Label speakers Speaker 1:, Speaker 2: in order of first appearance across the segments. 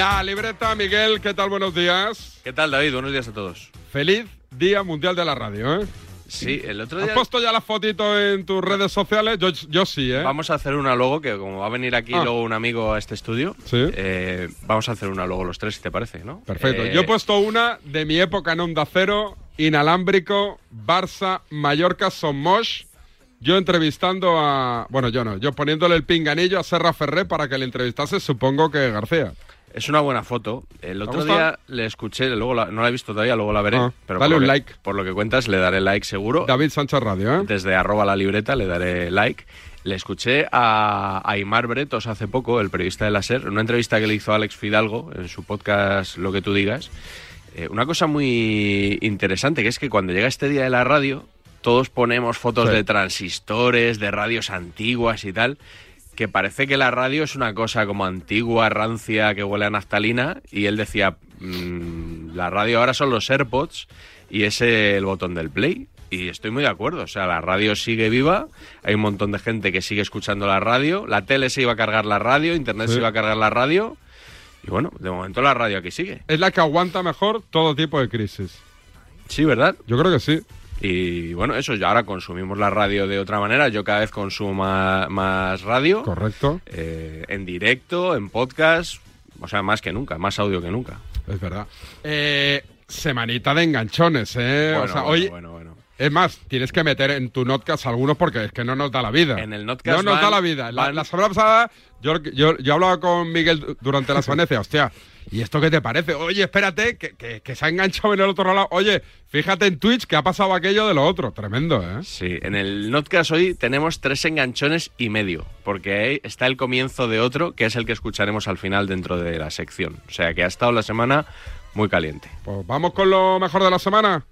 Speaker 1: Arrieta, Miguel, ¿qué tal? Buenos días.
Speaker 2: ¿Qué tal, David? Buenos días a todos.
Speaker 1: Feliz Día Mundial de la Radio, ¿eh?
Speaker 2: Sí, el otro
Speaker 1: ¿Has
Speaker 2: día
Speaker 1: puesto ya las fotitos en tus redes sociales? Yo, yo sí, ¿eh?
Speaker 2: vamos a hacer una logo, que como va a venir aquí
Speaker 1: Ah.
Speaker 2: luego un amigo a este estudio,
Speaker 1: Sí.
Speaker 2: eh, vamos a hacer una logo los tres, si te parece, ¿no?
Speaker 1: Perfecto.
Speaker 2: Eh,
Speaker 1: Yo he puesto una de mi época en Onda Cero, inalámbrico, Barça, Mallorca, Somos. Yo entrevistando a. Bueno, yo no. Yo poniéndole el pinganillo a Serra Ferré para que le entrevistase, supongo que García.
Speaker 2: Es una buena foto. El otro
Speaker 1: gusta?
Speaker 2: día le escuché, luego la- no la he visto todavía, luego la veré.
Speaker 1: Ah,
Speaker 2: pero
Speaker 1: dale
Speaker 2: por lo
Speaker 1: un
Speaker 2: que-
Speaker 1: like.
Speaker 2: Por lo que cuentas, le daré like seguro.
Speaker 1: David Sánchez Radio, ¿eh?
Speaker 2: Desde arroba la libreta le daré like. Le escuché a Aymar Bretos hace poco, el periodista de la SER, en una entrevista que le hizo Alex Fidalgo en su podcast Lo que tú digas. Eh, una cosa muy interesante, que es que cuando llega este día de la radio, todos ponemos fotos
Speaker 1: Sí.
Speaker 2: de transistores, de radios antiguas y tal, que parece que la radio es una cosa como antigua, rancia, que huele a naftalina, y él decía, "Mm, la radio ahora son los AirPods y es el botón del play. Y estoy muy de acuerdo, o sea, la radio sigue viva, hay un montón de gente que sigue escuchando la radio, la tele se iba a cargar la radio, internet
Speaker 1: Sí.
Speaker 2: se iba a cargar la radio, y bueno, de momento la radio aquí sigue.
Speaker 1: Es la que aguanta mejor todo tipo de crisis.
Speaker 2: Sí, ¿verdad?
Speaker 1: Yo creo que sí.
Speaker 2: Y bueno, eso, ya ahora consumimos la radio de otra manera. Yo cada vez consumo ma- más, radio,
Speaker 1: Correcto.
Speaker 2: eh, en directo, en podcast, o sea, más que nunca, más audio que nunca.
Speaker 1: Es verdad. Eh, semanita de enganchones, ¿eh? o
Speaker 2: Bueno,
Speaker 1: sea,
Speaker 2: bueno,
Speaker 1: hoy.
Speaker 2: bueno, bueno.
Speaker 1: Es más, tienes que meter en tu notcast algunos porque es que no nos da la vida.
Speaker 2: En el notcast
Speaker 1: No nos
Speaker 2: van-
Speaker 1: da la vida. La,
Speaker 2: van-
Speaker 1: la semana pasada yo, yo, yo hablaba con Miguel du- durante la semana y decía, hostia, ¿y esto qué te parece? Oye, espérate, que, que- que se ha enganchado en el otro lado. Oye, fíjate en Twitch que ha pasado aquello de lo otro. Tremendo, ¿eh?
Speaker 2: Sí, en el Notcast hoy tenemos tres enganchones y medio, porque ahí está el comienzo de otro, que es el que escucharemos al final dentro de la sección. O sea, que ha estado la semana muy caliente.
Speaker 1: Pues vamos con lo mejor de la semana.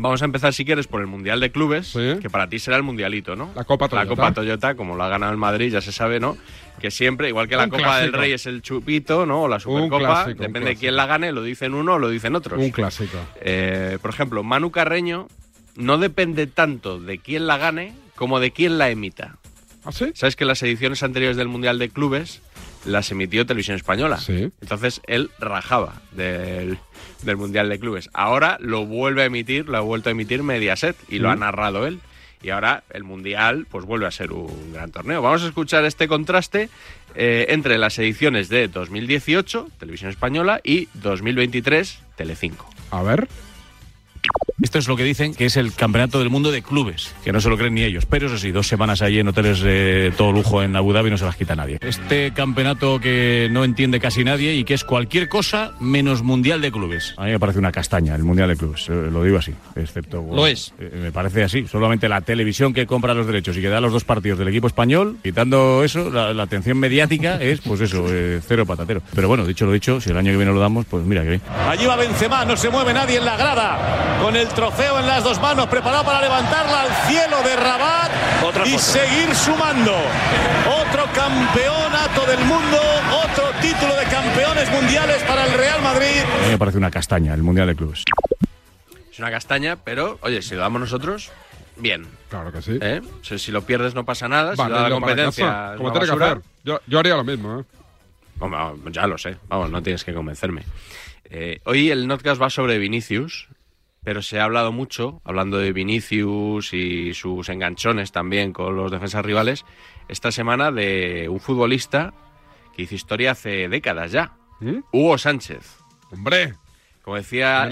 Speaker 2: Vamos a empezar, si quieres, por el Mundial de Clubes,
Speaker 1: Sí.
Speaker 2: que para ti será el Mundialito, ¿no?
Speaker 1: La Copa Toyota.
Speaker 2: La Copa Toyota, como la ha ganado el Madrid, ya se sabe, ¿no? Que siempre, igual que la
Speaker 1: Un
Speaker 2: Copa del
Speaker 1: clásico.
Speaker 2: Rey es el chupito, ¿no? O la Supercopa,
Speaker 1: clásico, un
Speaker 2: depende de
Speaker 1: clásico.
Speaker 2: quién la gane, lo dicen uno o lo dicen otros.
Speaker 1: Un clásico.
Speaker 2: Eh, por ejemplo, Manu Carreño no depende tanto de quién la gane como de quién la emita.
Speaker 1: ¿Ah, sí?
Speaker 2: Sabes que las ediciones anteriores del Mundial de Clubes las emitió Televisión Española.
Speaker 1: Sí.
Speaker 2: Entonces él rajaba del, del Mundial de Clubes. Ahora lo vuelve a emitir, lo ha vuelto a emitir Mediaset y lo
Speaker 1: Mm.
Speaker 2: ha narrado él. Y ahora el Mundial pues vuelve a ser un gran torneo. Vamos a escuchar este contraste eh, entre las ediciones de 2018, Televisión Española, y 2023, Telecinco.
Speaker 1: A ver.
Speaker 3: Esto es lo que dicen que es el campeonato del mundo de clubes, que no se lo creen ni ellos. Pero eso sí, dos semanas allí en hoteles de todo lujo en Abu Dhabi no se las quita nadie. Este campeonato que no entiende casi nadie y que es cualquier cosa menos mundial de clubes. A mí me parece una castaña el mundial de clubes, eh, lo digo así, excepto.
Speaker 4: Lo es.
Speaker 3: eh, Me parece así. Solamente la televisión que compra los derechos y que da los dos partidos del equipo español, quitando eso, la, la atención mediática es, pues eso, eh, cero patatero. Pero bueno, dicho lo dicho, si el año que viene lo damos, pues mira que bien.
Speaker 5: Allí va Benzema, no se mueve nadie en la grada. Con el trofeo en las dos manos, preparado para levantarla al cielo de Rabat y seguir sumando. Otro campeonato del mundo, otro título de campeones mundiales para el Real Madrid.
Speaker 3: A mí me parece una castaña el mundial de clubes.
Speaker 2: Es una castaña, pero oye, si lo damos nosotros, bien.
Speaker 1: Claro que sí.
Speaker 2: ¿eh? O sea, si lo pierdes no pasa nada, si
Speaker 1: Vale,
Speaker 2: lo da la
Speaker 1: lo para
Speaker 2: competencia.
Speaker 1: casa,
Speaker 2: es
Speaker 1: Como
Speaker 2: una
Speaker 1: tiene que
Speaker 2: basura.
Speaker 1: hacer. Yo, yo haría lo mismo, ¿eh?
Speaker 2: Hombre, vamos, ya lo sé, vamos, no tienes que convencerme. Eh, hoy el Notcast va sobre Vinicius, pero se ha hablado mucho, hablando de Vinicius y sus enganchones también con los defensas rivales, esta semana de un futbolista que hizo historia hace décadas ya,
Speaker 1: ¿Mm?
Speaker 2: Hugo Sánchez.
Speaker 1: Hombre,
Speaker 2: Como decía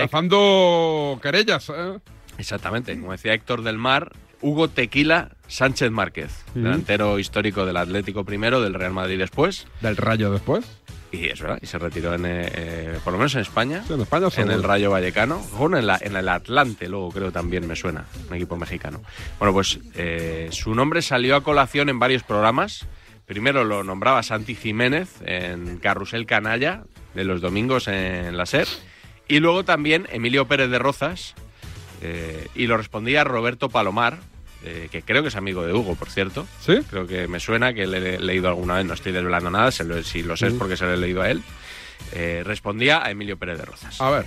Speaker 1: amenazando querellas, ¿eh?
Speaker 2: Exactamente, como decía Héctor del Mar, Hugo Tequila Sánchez Márquez,
Speaker 1: Ujú.
Speaker 2: delantero histórico del Atlético primero, del Real Madrid después,
Speaker 1: Del rayo después.
Speaker 2: y es verdad, y se retiró en, eh, eh, por lo menos en España,
Speaker 1: Sí, en España
Speaker 2: en
Speaker 1: seguro.
Speaker 2: el Rayo Vallecano, bueno, en, la- en el Atlante luego creo también me suena, un equipo mexicano. Bueno, pues eh, su nombre salió a colación en varios programas, primero lo nombraba Santi Jiménez en Carrusel Canalla, de los domingos en la SER, y luego también Emilio Pérez de Rozas, eh, y lo respondía Roberto Palomar, eh, que creo que es amigo de Hugo, por cierto.
Speaker 1: ¿Sí?
Speaker 2: Creo que me suena que le he leído alguna vez, no estoy desvelando nada, se lo- si lo sé es
Speaker 1: Mm.
Speaker 2: porque se lo he leído a él. Eh, respondía a Emilio Pérez de Rozas.
Speaker 1: A ver.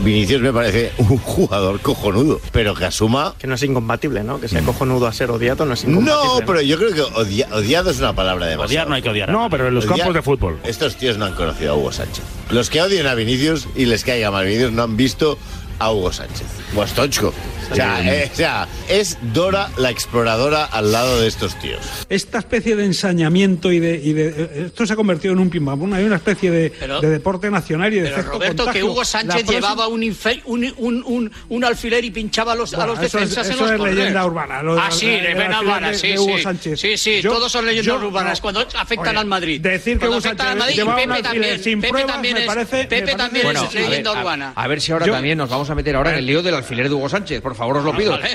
Speaker 4: Vinicius me parece un jugador cojonudo, pero que asuma... Mm.
Speaker 6: Que no es incompatible, ¿no? Que sea cojonudo a ser odiado no es incompatible.
Speaker 4: No, pero yo creo que odia- odiado es una palabra de más.
Speaker 7: Odiar no hay que odiar.
Speaker 8: No, pero en los
Speaker 4: Odiar-
Speaker 8: campos de fútbol.
Speaker 4: Estos tíos no han conocido a Hugo Sánchez. Los que odien a Vinicius y les caiga mal Vinicius no han visto a Hugo Sánchez. O a Stoichkov. Pues, O sea, eh, o sea, es Dora la exploradora al lado de estos tíos.
Speaker 9: esta especie de ensañamiento y de, y de- esto se ha convertido en un pim pam pum. Hay una especie de,
Speaker 10: Pero-
Speaker 9: de deporte nacional y de
Speaker 10: Pero
Speaker 9: efecto
Speaker 10: Roberto, que
Speaker 9: contagio.
Speaker 10: Hugo Sánchez
Speaker 9: La próxima-
Speaker 10: llevaba un, infel- un, un, un, un alfiler y pinchaba a los, a
Speaker 9: Bueno,
Speaker 10: los
Speaker 9: eso es-
Speaker 10: defensas en
Speaker 9: eso
Speaker 10: los
Speaker 9: es
Speaker 10: corners.
Speaker 9: leyenda urbana, lo de-
Speaker 10: ah, sí,
Speaker 9: de-
Speaker 10: leyenda
Speaker 9: de la
Speaker 10: urbana,
Speaker 9: de-
Speaker 10: sí,
Speaker 9: de Hugo
Speaker 10: sí.
Speaker 9: Sánchez.
Speaker 10: Sí, sí,
Speaker 9: Yo-
Speaker 10: todos son leyendas
Speaker 9: yo-
Speaker 10: urbanas.
Speaker 9: no.
Speaker 10: Cuando afectan
Speaker 9: Oye,
Speaker 10: al Madrid.
Speaker 9: decir que
Speaker 10: Cuando
Speaker 9: Hugo
Speaker 10: afectan al
Speaker 9: Sánchez
Speaker 10: Madrid,
Speaker 9: llevaba
Speaker 10: y
Speaker 9: un
Speaker 10: Pepe
Speaker 9: alfiler
Speaker 10: también.
Speaker 9: sin
Speaker 10: Pepe
Speaker 9: pruebas,
Speaker 10: también
Speaker 9: me
Speaker 10: es,
Speaker 9: parece- me
Speaker 10: Pepe
Speaker 9: parece
Speaker 10: también
Speaker 9: Bueno,
Speaker 10: es leyenda urbana.
Speaker 11: A ver si ahora
Speaker 9: Yo-
Speaker 11: también nos vamos a meter ahora en el lío del alfiler de Hugo Sánchez. Por favor, os lo pido.
Speaker 10: Vale.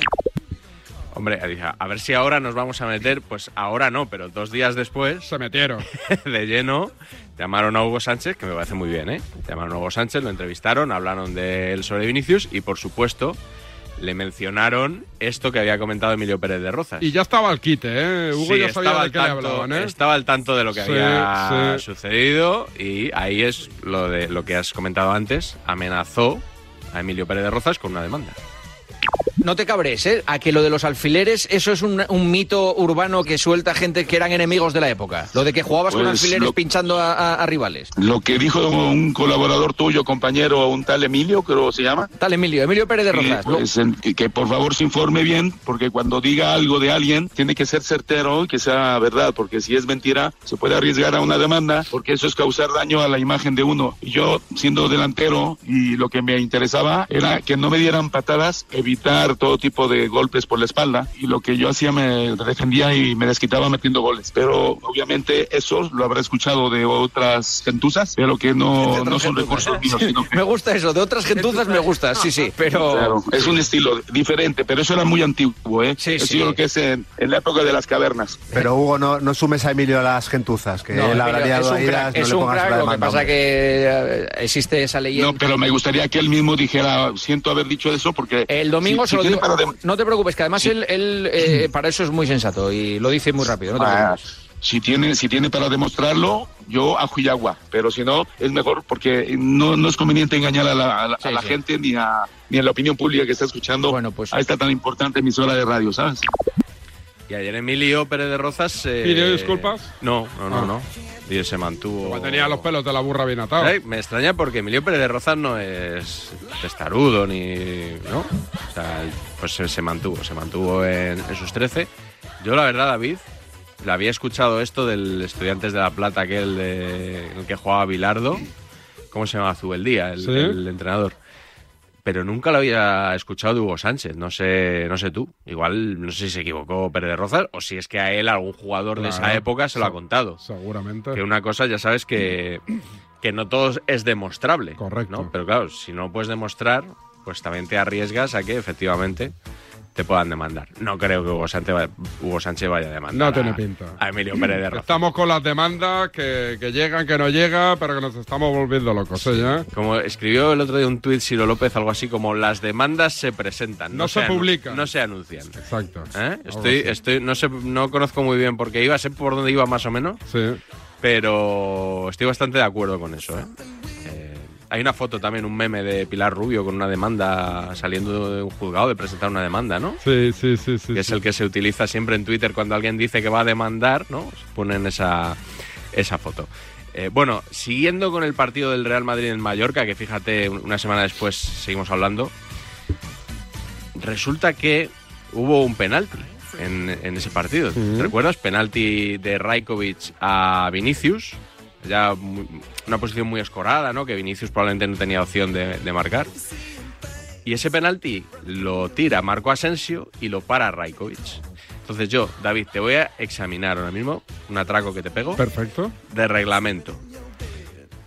Speaker 2: Hombre, a- a ver si ahora nos vamos a meter, pues ahora no, pero dos días después,
Speaker 1: Se metieron.
Speaker 2: de lleno, llamaron a Hugo Sánchez, que me parece muy bien, ¿eh? Llamaron a Hugo Sánchez, lo entrevistaron, hablaron de él sobre Vinicius y, por supuesto, le mencionaron esto que había comentado Emilio Pérez de Rozas.
Speaker 1: Y ya estaba al quite, ¿eh? Hugo
Speaker 2: Sí,
Speaker 1: ya sabía de
Speaker 2: al
Speaker 1: qué
Speaker 2: tanto,
Speaker 1: le hablaban, ¿eh?
Speaker 2: estaba al tanto de lo que
Speaker 1: Sí,
Speaker 2: había
Speaker 1: sí.
Speaker 2: sucedido y ahí es lo de lo que has comentado antes, amenazó a Emilio Pérez de Rozas con una demanda.
Speaker 11: No te cabres, ¿eh? A que lo de los alfileres, eso es un, un mito urbano que suelta gente que eran enemigos de la época. Lo de que jugabas con
Speaker 12: Pues
Speaker 11: alfileres
Speaker 12: lo-
Speaker 11: pinchando a, a- a rivales.
Speaker 12: Lo que dijo un colaborador tuyo, compañero, un tal Emilio, creo que se llama,
Speaker 11: Tal, Emilio. eh. Emilio Pérez de
Speaker 12: que,
Speaker 11: Rozas. ¿no?
Speaker 12: pues, en- que- que por favor se informe bien, porque cuando diga algo de alguien, tiene que ser certero y que sea verdad, porque si es mentira, se puede arriesgar a una demanda, porque eso es causar daño a la imagen de uno. Y Yo, siendo delantero, y lo que me interesaba era que no me dieran patadas, evitar todo tipo de golpes por la espalda, y lo que yo hacía me defendía y me desquitaba metiendo goles. Pero obviamente eso lo habrá escuchado de otras gentuzas, pero que
Speaker 11: De
Speaker 12: no,
Speaker 11: otras
Speaker 12: no son
Speaker 11: gentuzas.
Speaker 12: recursos míos, sino que
Speaker 11: Me gusta eso. De otras gentuzas me gusta, sí, sí. Pero...
Speaker 12: Claro, es un estilo diferente, pero eso era muy antiguo, ¿eh?
Speaker 11: Sí,
Speaker 12: Eso
Speaker 11: sí.
Speaker 12: yo creo que es en, en la época de las cavernas.
Speaker 5: Pero Hugo, no, no sumes a Emilio a las gentuzas, que
Speaker 11: No,
Speaker 5: él
Speaker 11: Emilio,
Speaker 5: habrá liado
Speaker 11: es un
Speaker 5: ahí
Speaker 11: crack,
Speaker 5: las- no
Speaker 11: es
Speaker 5: le
Speaker 11: un
Speaker 5: pongas
Speaker 11: crack,
Speaker 5: la
Speaker 11: lo que
Speaker 5: demanda,
Speaker 11: pasa
Speaker 5: hombre.
Speaker 11: que eh, existe esa leyenda.
Speaker 12: No, pero me gustaría que él mismo dijera, siento haber dicho eso porque...
Speaker 11: El domingo se
Speaker 12: si- si
Speaker 11: lo
Speaker 12: tiene
Speaker 11: digo.
Speaker 12: para dem-
Speaker 11: No te preocupes, que además él, él, eh, para eso es muy sensato y lo dice muy rápido. No te
Speaker 12: Ah,
Speaker 11: preocupes.
Speaker 12: si tiene, si tiene para demostrarlo, yo a Juyagua, pero si no, es mejor porque no, no es conveniente engañar a la, a la- a
Speaker 11: Sí,
Speaker 12: la
Speaker 11: sí.
Speaker 12: gente ni a, ni a la opinión pública que está escuchando
Speaker 11: Bueno, pues-
Speaker 12: a esta tan importante emisora de radio, ¿sabes?
Speaker 2: Y ayer Emilio Pérez de Rozas... eh,
Speaker 1: ¿Pidió disculpas?
Speaker 2: No, no, no,
Speaker 1: Ah.
Speaker 2: no. Y se mantuvo...
Speaker 1: Como tenía los pelos de la burra bien atados.
Speaker 2: Ay, Me extraña porque Emilio Pérez de Rozas no es testarudo ni. ¿No? O sea, pues se, se mantuvo, se mantuvo en, en sus 13. Yo, la verdad, David, le había escuchado esto del Estudiantes de La Plata, aquel de- en el que jugaba Bilardo. ¿Cómo se llama? Zubeldía, el,
Speaker 1: Sí.
Speaker 2: el entrenador. Pero nunca lo había escuchado de Hugo Sánchez, no sé, no sé tú. Igual, no sé si se equivocó Pérez de Rozas o si es que a él algún jugador de esa
Speaker 1: Claro.
Speaker 2: época se lo ha
Speaker 1: Sí.
Speaker 2: contado
Speaker 1: Seguramente.
Speaker 2: que una cosa ya sabes que, que no todo es demostrable.
Speaker 1: Correcto.
Speaker 2: ¿no? Pero claro, si no puedes demostrar, pues también te arriesgas a que efectivamente te puedan demandar. No creo que Hugo Sánchez vaya, Hugo Sánchez vaya a demandar.
Speaker 1: No tiene
Speaker 2: a-
Speaker 1: pinta.
Speaker 2: A Emilio Pérez de Rozas.
Speaker 1: Estamos con las demandas que, que llegan, que no llegan, pero que nos estamos volviendo locos, ¿eh? ya?
Speaker 2: Como escribió el otro día un tuit Ciro López, algo así como las demandas se presentan.
Speaker 1: No se
Speaker 2: anu-
Speaker 1: publican".
Speaker 2: No se anuncian.
Speaker 1: Exacto.
Speaker 2: ¿Eh?
Speaker 1: Algo
Speaker 2: Estoy,
Speaker 1: así.
Speaker 2: estoy, no, sé, no conozco muy bien por qué iba, sé por dónde iba más o menos,
Speaker 1: Sí.
Speaker 2: pero estoy bastante de acuerdo con eso. ¿eh? Eh, hay una foto también, un meme de Pilar Rubio con una demanda saliendo de un juzgado de presentar una demanda, ¿no?
Speaker 1: Sí, sí, sí, sí.
Speaker 2: Que es
Speaker 1: sí.
Speaker 2: el que se utiliza siempre en Twitter cuando alguien dice que va a demandar, ¿no? Ponen esa, esa foto. Eh, bueno, siguiendo con el partido del Real Madrid en Mallorca, que fíjate, un- una semana después seguimos hablando, resulta que hubo un penalti en, en ese partido. ¿Te recuerdas? Penalti de Rajkovic a Vinicius. Ya mu- una posición muy escorada, ¿no? Que Vinicius probablemente no tenía opción de, de marcar. Y ese penalti lo tira Marco Asensio y lo para Rajkovic. Entonces yo, David, te voy a examinar ahora mismo un atraco que te pego
Speaker 1: Perfecto.
Speaker 2: de reglamento.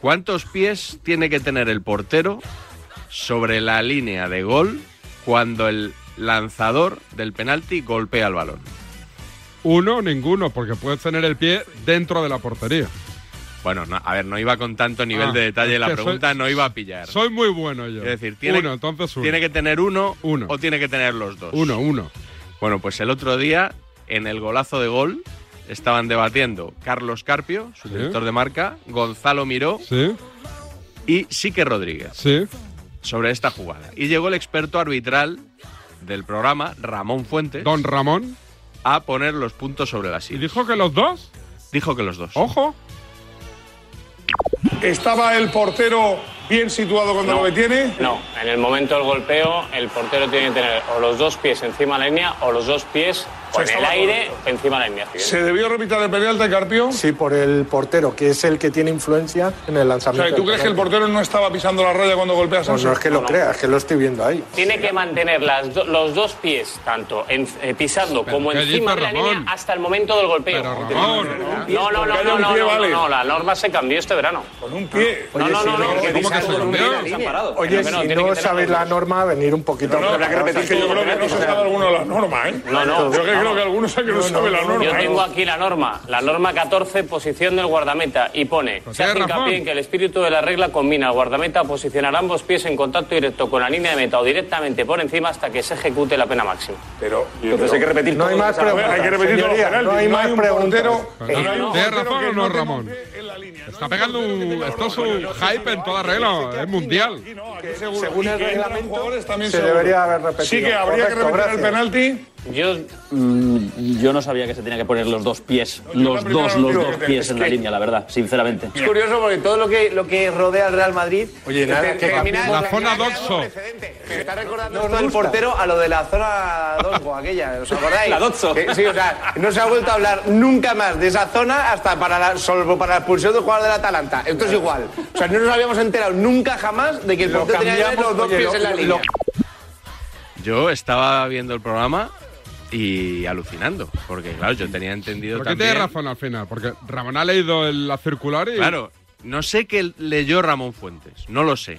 Speaker 2: ¿Cuántos pies tiene que tener el portero sobre la línea de gol cuando el lanzador del penalti golpea el balón?
Speaker 1: Uno, ninguno, porque puedes tener el pie dentro de la portería.
Speaker 2: Bueno, no- a ver, no iba con tanto nivel
Speaker 1: Ah,
Speaker 2: de detalle
Speaker 1: es
Speaker 2: la
Speaker 1: que soy-
Speaker 2: pregunta, no iba a pillar.
Speaker 1: Soy muy bueno yo.
Speaker 2: es decir, tiene,
Speaker 1: uno, entonces uno.
Speaker 2: tiene que tener uno,
Speaker 1: Uno.
Speaker 2: o tiene que tener los dos.
Speaker 1: Uno, uno.
Speaker 2: Bueno, pues el otro día, en el golazo de gol, estaban debatiendo Carlos Carpio, su
Speaker 1: Sí.
Speaker 2: director de marca, Gonzalo Miró
Speaker 1: Sí,
Speaker 2: y Sique Rodríguez.
Speaker 1: sí.
Speaker 2: sobre esta jugada. Y llegó el experto arbitral del programa, Ramón Fuentes.
Speaker 1: Don Ramón.
Speaker 2: A poner los puntos sobre las sillas. ¿Y
Speaker 1: dijo que los dos?
Speaker 2: Dijo que los dos.
Speaker 1: ¡Ojo!
Speaker 13: ¿Estaba el portero bien situado cuando
Speaker 7: No.
Speaker 13: lo detiene?
Speaker 7: No, en el momento del golpeo el portero tiene que tener o los dos pies encima de la línea o los dos pies
Speaker 13: Se
Speaker 7: o en el
Speaker 13: estaba
Speaker 7: aire encima de la línea.
Speaker 13: ¿Se debió repitar el penalti, Carpio?
Speaker 3: Sí, por el portero, que es el que tiene influencia en el
Speaker 13: O sea,
Speaker 3: lanzamiento.
Speaker 13: ¿tú
Speaker 3: del
Speaker 13: crees que el
Speaker 3: penalti.
Speaker 13: portero no estaba pisando la raya cuando golpea a
Speaker 3: Pues
Speaker 13: Sancho?
Speaker 3: no es que lo crea, es que lo estoy viendo ahí.
Speaker 7: Tiene que mantener las do- los dos pies tanto en- eh, pisando como
Speaker 3: ¿qué dice
Speaker 7: encima de la
Speaker 3: Ramón?
Speaker 7: línea hasta el momento del golpeo. no, no, no,
Speaker 13: Porque haya
Speaker 7: no,
Speaker 13: un
Speaker 7: no,
Speaker 13: pie,
Speaker 7: no,
Speaker 13: vale.
Speaker 7: no, la norma se cambió este verano.
Speaker 13: Con un pie.
Speaker 7: No,
Speaker 3: Oye,
Speaker 7: no,
Speaker 3: si no-
Speaker 7: no, no, que
Speaker 3: ¿Cómo
Speaker 7: dice
Speaker 3: que se
Speaker 7: todo un pie,
Speaker 3: cambió?
Speaker 7: están parados.
Speaker 3: Oye,
Speaker 7: Que no,
Speaker 3: si
Speaker 7: que no, tiene que
Speaker 3: no
Speaker 7: tener
Speaker 3: sabéis la norma, venir un poquito.
Speaker 13: No, habrá que repetir que yo creo que no se sabe alguno de las normas, ¿eh?
Speaker 7: No, no.
Speaker 13: Yo que
Speaker 7: no.
Speaker 13: creo que algunos que no, sabe la norma.
Speaker 7: Yo
Speaker 13: ¿eh?
Speaker 7: tengo aquí la norma, la norma 14, posición del guardameta, y pone, se hace
Speaker 13: tienes
Speaker 7: hincapié
Speaker 13: razón.
Speaker 7: en que el espíritu de la regla combina al guardameta a posicionar ambos pies en contacto directo con la línea de meta o directamente por encima hasta que se ejecute la pena máxima.
Speaker 13: Pero,
Speaker 7: Entonces hay que repetir
Speaker 3: No hay
Speaker 7: todo lo
Speaker 3: más
Speaker 7: que se ha
Speaker 3: preguntas.
Speaker 7: hablado. Hay que repetir todos los
Speaker 3: señoría,
Speaker 7: penaltis,
Speaker 3: No hay
Speaker 7: no
Speaker 3: más
Speaker 7: hay un
Speaker 3: preguntas.
Speaker 7: portero-
Speaker 3: Eh,
Speaker 1: ¿Tienes razón o no, Ramón? Está pegando un. Esto es un hype en toda regla, es mundial.
Speaker 13: Seguro. Y que entran jugadores también
Speaker 3: se
Speaker 13: seguro.
Speaker 3: debería haber repetido.
Speaker 13: Sí que habría que
Speaker 3: Correcto,
Speaker 13: repetir el
Speaker 3: gracias.
Speaker 13: penalti.
Speaker 7: Yo,
Speaker 8: mm, yo no sabía que se tenía que poner los dos pies, los dos, los
Speaker 13: digo
Speaker 8: dos
Speaker 13: que te-
Speaker 8: pies en la
Speaker 13: que-
Speaker 8: línea, la verdad, sinceramente.
Speaker 4: Es curioso porque todo lo que, lo que rodea al Real Madrid.
Speaker 8: Oye, nada,
Speaker 4: te-
Speaker 8: que
Speaker 4: termina-
Speaker 8: cambiemos
Speaker 1: La zona doxo.
Speaker 4: Me está recordando
Speaker 3: No,
Speaker 4: esto del
Speaker 3: gusta.
Speaker 4: portero a lo de la zona Doxo, aquella. ¿Os acordáis?
Speaker 3: La Doxo.
Speaker 4: Que- sí, o sea, no se ha vuelto a hablar nunca más de esa zona hasta para la, salvo para la expulsión del jugador del Atalanta. Esto es igual. O sea, no nos habíamos enterado nunca jamás de que el
Speaker 3: Lo
Speaker 4: portero tenía que tener
Speaker 3: cambiamos,
Speaker 4: los dos
Speaker 3: oye,
Speaker 4: pies
Speaker 3: lo-
Speaker 4: en la
Speaker 3: lo-
Speaker 4: línea.
Speaker 2: Yo estaba viendo el programa y alucinando, porque claro, yo tenía entendido
Speaker 1: ¿Por qué
Speaker 2: también.
Speaker 1: tienes razón al final? Porque Ramón ha leído el- la circular y.
Speaker 2: Claro, no sé qué leyó Ramón Fuentes, no lo sé.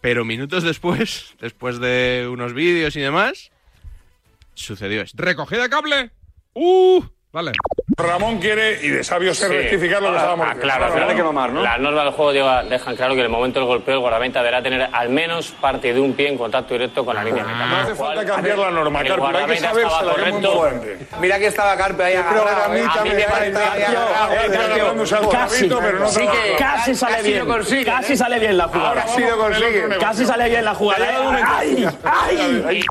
Speaker 2: Pero minutos después, después de unos vídeos y demás, sucedió esto.
Speaker 1: ¿Recogida cable? ¡Uh! Vale.
Speaker 13: Ramón quiere, y de sabio ser,
Speaker 7: Sí.
Speaker 13: rectificar lo que
Speaker 7: Ah,
Speaker 13: estábamos
Speaker 7: ah, claro, claro. Las normas del juego lleva- dejan claro que en el momento del golpeo el guardameta deberá tener al menos parte de un pie en contacto directo con la línea de meta.
Speaker 13: No
Speaker 2: Ah,
Speaker 13: hace falta cambiar la norma,
Speaker 7: el
Speaker 13: Carpio. Hay que
Speaker 7: guardameta
Speaker 13: saberse
Speaker 7: estaba
Speaker 13: la que es muy
Speaker 7: correcto.
Speaker 13: importante.
Speaker 4: Mira que estaba Carpe ahí agarrado. ¿eh?
Speaker 13: programita
Speaker 4: A mí
Speaker 13: me
Speaker 4: me parece
Speaker 13: falta,
Speaker 4: ahí agarrado,
Speaker 13: tío.
Speaker 4: ¿eh,
Speaker 13: Estaba
Speaker 4: Carpio?
Speaker 13: hablando Santo
Speaker 4: Casi,
Speaker 13: Gabito, pero no
Speaker 4: sí
Speaker 13: trabaja.
Speaker 4: que
Speaker 13: Casi
Speaker 4: casi
Speaker 13: lo
Speaker 4: sale bien.
Speaker 13: consigue,
Speaker 4: Casi
Speaker 13: ¿eh?
Speaker 4: sale bien la jugada.
Speaker 13: Ahora
Speaker 4: Casi
Speaker 13: vamos
Speaker 4: lo
Speaker 13: con el
Speaker 4: consigue.
Speaker 13: otro negocio.
Speaker 4: Casi sale bien la jugada.
Speaker 13: Dale un momento.
Speaker 4: ¡Ay! ¡Ay!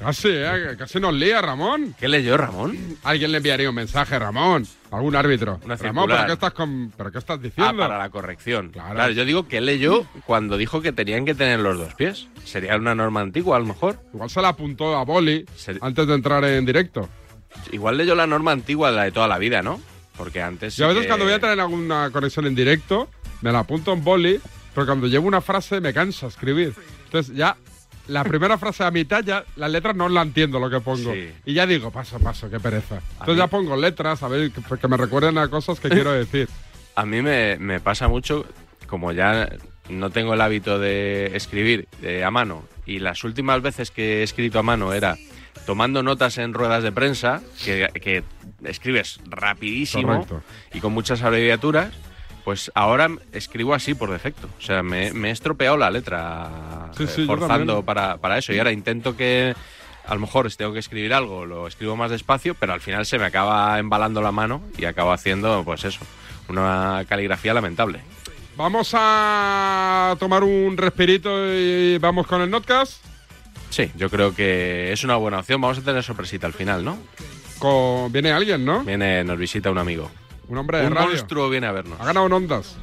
Speaker 1: Casi, ¿eh? Casi nos lía, Ramón.
Speaker 2: ¿Qué leyó Ramón?
Speaker 1: Alguien le enviaría un mensaje, Ramón. Algún árbitro.
Speaker 2: Una
Speaker 1: Ramón, ¿pero
Speaker 2: circular.
Speaker 1: qué, estás con- ¿pero qué estás
Speaker 2: Ah,
Speaker 1: diciendo?
Speaker 2: para la corrección. Claro. yo digo que leyó cuando dijo que tenían que tener los dos pies. Sería una norma antigua, a lo mejor.
Speaker 1: Igual se la apuntó a Boli antes de entrar en directo.
Speaker 2: Igual leyó la norma antigua, la de toda la vida, ¿no? Porque antes.
Speaker 1: Yo a
Speaker 2: sí
Speaker 1: veces
Speaker 2: que-
Speaker 1: cuando voy a tener alguna conexión en directo, me la apunto en boli, pero cuando llevo una frase me cansa escribir. Entonces ya la primera frase a mitad ya las letras no la entiendo lo que pongo.
Speaker 2: Sí.
Speaker 1: Y ya digo, paso, paso, qué pereza. Entonces
Speaker 2: mí-
Speaker 1: ya pongo letras, a ver, que, que me recuerden a cosas que quiero decir.
Speaker 2: A mí me, me pasa mucho, como ya no tengo el hábito de escribir eh, a mano, y las últimas veces que he escrito a mano era tomando notas en ruedas de prensa, que, que escribes rapidísimo
Speaker 1: Correcto.
Speaker 2: y con muchas abreviaturas, pues ahora m- escribo así por defecto. O sea, me, me he estropeado la letra
Speaker 1: Sí,
Speaker 2: eh,
Speaker 1: sí, yo
Speaker 2: forzando
Speaker 1: también.
Speaker 2: para, para eso. Y ahora intento que, a lo mejor si tengo que escribir algo, lo escribo más despacio, pero al final se me acaba embalando la mano y acabo haciendo, pues eso, una caligrafía lamentable.
Speaker 1: Vamos a tomar un respirito y vamos con el notcast.
Speaker 2: Sí, yo creo que es una buena opción. Vamos a tener sorpresita al final, ¿no?
Speaker 1: Con- Viene alguien, ¿no?
Speaker 2: Viene, nos visita un amigo.
Speaker 1: Un hombre de
Speaker 2: un
Speaker 1: radio.
Speaker 2: monstruo viene a vernos.
Speaker 1: Ha ganado en ondas.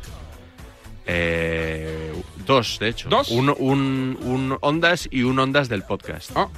Speaker 2: Eh, dos, de hecho.
Speaker 1: ¿Dos?
Speaker 2: Uno- Un, un Ondas y un Ondas del podcast.
Speaker 1: Ah.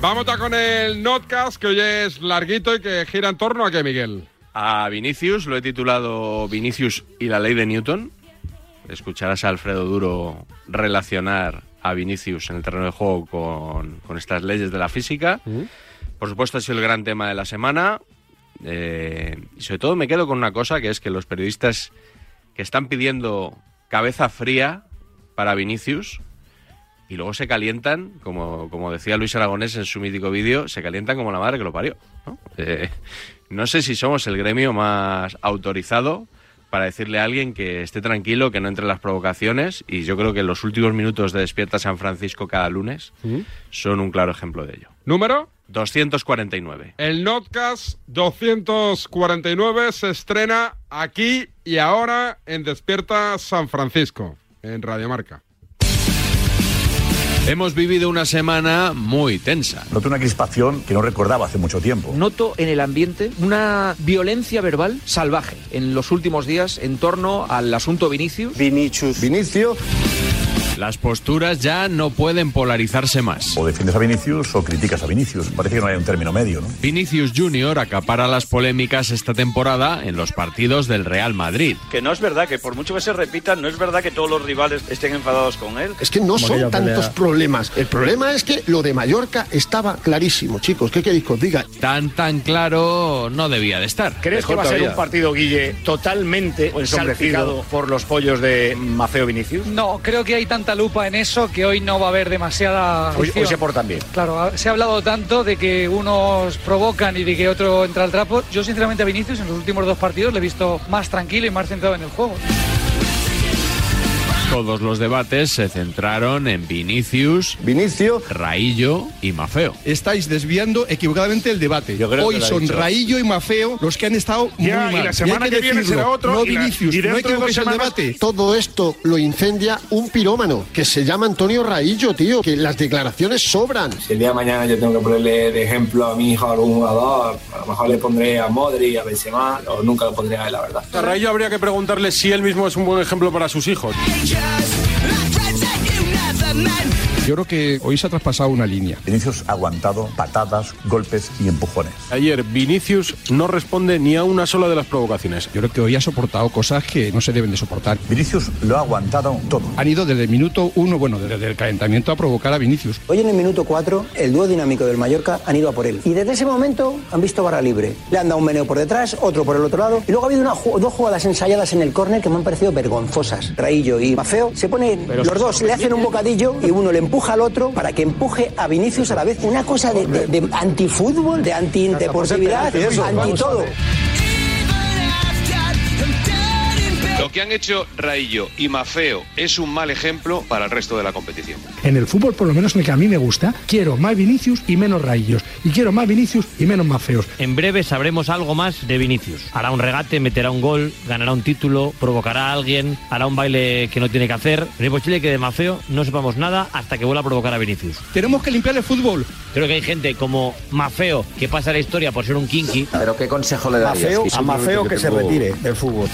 Speaker 1: Vamos ya con el notcast que hoy es larguito y que gira en torno a que Miguel.
Speaker 2: A Vinicius lo he titulado Vinicius y la ley de Newton. Escucharás a Alfredo Duro relacionar a Vinicius en el terreno de juego con, con estas leyes de la física. Por supuesto, ha sido el gran tema de la semana. Eh, y sobre todo me quedo con una cosa, que es que los periodistas que están pidiendo cabeza fría para Vinicius y luego se calientan, como, como decía Luis Aragonés en su mítico vídeo, se calientan como la madre que lo parió. ¿no? Eh, no sé si somos el gremio más autorizado para decirle a alguien que esté tranquilo, que no entre en las provocaciones, y yo creo que los últimos minutos de Despierta San Francisco cada lunes son un claro ejemplo de ello.
Speaker 1: ¿Número?
Speaker 2: 249.
Speaker 1: El Notcast 249 se estrena aquí y ahora en Despierta San Francisco, en Radiomarca.
Speaker 2: Hemos vivido una semana muy tensa.
Speaker 14: Noto una crispación que no recordaba hace mucho tiempo.
Speaker 15: Noto en el ambiente una violencia verbal salvaje en los últimos días en torno al asunto Vinicius.
Speaker 2: Vinicius. Vinicio. Las posturas ya no pueden polarizarse más.
Speaker 14: O defiendes a Vinicius o criticas a Vinicius. Parece que no hay un término medio, ¿no?
Speaker 2: Vinicius Junior acapara las polémicas esta temporada en los partidos del Real Madrid.
Speaker 16: Que no es verdad, que por mucho que se repitan, no es verdad que todos los rivales estén enfadados con él.
Speaker 10: Es que no son tantos problemas. El problema es que lo de Mallorca estaba clarísimo, chicos. ¿Qué queréis que os diga?
Speaker 2: Tan tan claro no debía de estar.
Speaker 17: ¿Crees que va a ser un partido, Guille, totalmente salpicado por los pollos de Maceo Vinicius?
Speaker 18: No, creo que hay tanta lupa en eso que hoy no va a haber demasiada.
Speaker 17: Hoy, hoy
Speaker 18: fricción.
Speaker 17: se portan bien.
Speaker 18: Claro, ha- se ha hablado tanto de que unos provocan y de que otro entra al trapo. Yo, sinceramente, a Vinicius en los últimos dos partidos le he visto más tranquilo y más centrado en el juego.
Speaker 2: Todos los debates se centraron en Vinicius, Vinicio, Raillo y Mafeo.
Speaker 19: Estáis desviando equivocadamente el debate.
Speaker 2: creo que
Speaker 19: Hoy
Speaker 2: lo ha
Speaker 19: son
Speaker 2: dicho.
Speaker 19: Raillo y Mafeo los que han estado muy
Speaker 10: Ya, y
Speaker 19: mal.
Speaker 10: la semana
Speaker 19: hay
Speaker 10: que viene
Speaker 19: decirlo.
Speaker 10: será otro,
Speaker 19: No
Speaker 10: y la-
Speaker 19: Vinicius,
Speaker 10: y
Speaker 19: no
Speaker 10: dentro de dos
Speaker 19: equivoquéis el
Speaker 10: semanas-
Speaker 19: debate.
Speaker 10: Todo esto lo incendia un pirómano que se llama Antonio Raillo, tío. Que las declaraciones sobran.
Speaker 20: Si el día de mañana yo tengo que ponerle de ejemplo a mi hijo a algún jugador, a lo mejor le pondré a Modri, a Benzema, o nunca lo pondré a él, la verdad.
Speaker 21: A Rayo habría que preguntarle si él mismo es un buen ejemplo para sus hijos.
Speaker 19: Yo creo que hoy se ha traspasado una línea.
Speaker 14: Vinicius ha aguantado patadas, golpes y empujones.
Speaker 21: Ayer Vinicius no responde ni a una sola de las provocaciones.
Speaker 19: Yo creo que hoy ha soportado cosas que no se deben de soportar.
Speaker 14: Vinicius lo ha aguantado todo.
Speaker 19: Han ido desde el minuto uno, bueno, desde el calentamiento a provocar a Vinicius.
Speaker 22: Hoy en el minuto 4, el dúo dinámico del Mallorca han ido a por él. Y desde ese momento han visto barra libre. Le han dado un meneo por detrás, otro por el otro lado. Y luego ha habido una ju- dos jugadas ensayadas en el córner que me han parecido vergonzosas. Raillo y Mafeo se ponen, los dos le hacen un bocadillo y uno le empuja al otro para que empuje a Vinicius a la vez. Una cosa de, de- de antifútbol, de antideportividad,
Speaker 10: penalti eso,
Speaker 22: anti
Speaker 10: vamos a
Speaker 22: todo.
Speaker 10: ver.
Speaker 23: Lo que han hecho Raillo y Mafeo es un mal ejemplo para el resto de la competición.
Speaker 24: En el fútbol, por lo menos en el que a mí me gusta, quiero más Vinicius y menos Raillos. Y quiero más Vinicius y menos más feos.
Speaker 4: En breve sabremos algo más de Vinicius. Hará un regate, meterá un gol, ganará un título, provocará a alguien, hará un baile que no tiene que hacer. Pero es posible que de Mafeo no sepamos nada hasta que vuelva a provocar a Vinicius.
Speaker 19: Tenemos que limpiar el fútbol.
Speaker 4: Creo que hay gente como Mafeo que pasa la historia por ser un kinky.
Speaker 22: Pero ¿qué consejo le Mafeo, a Mafeo que se retire del fútbol.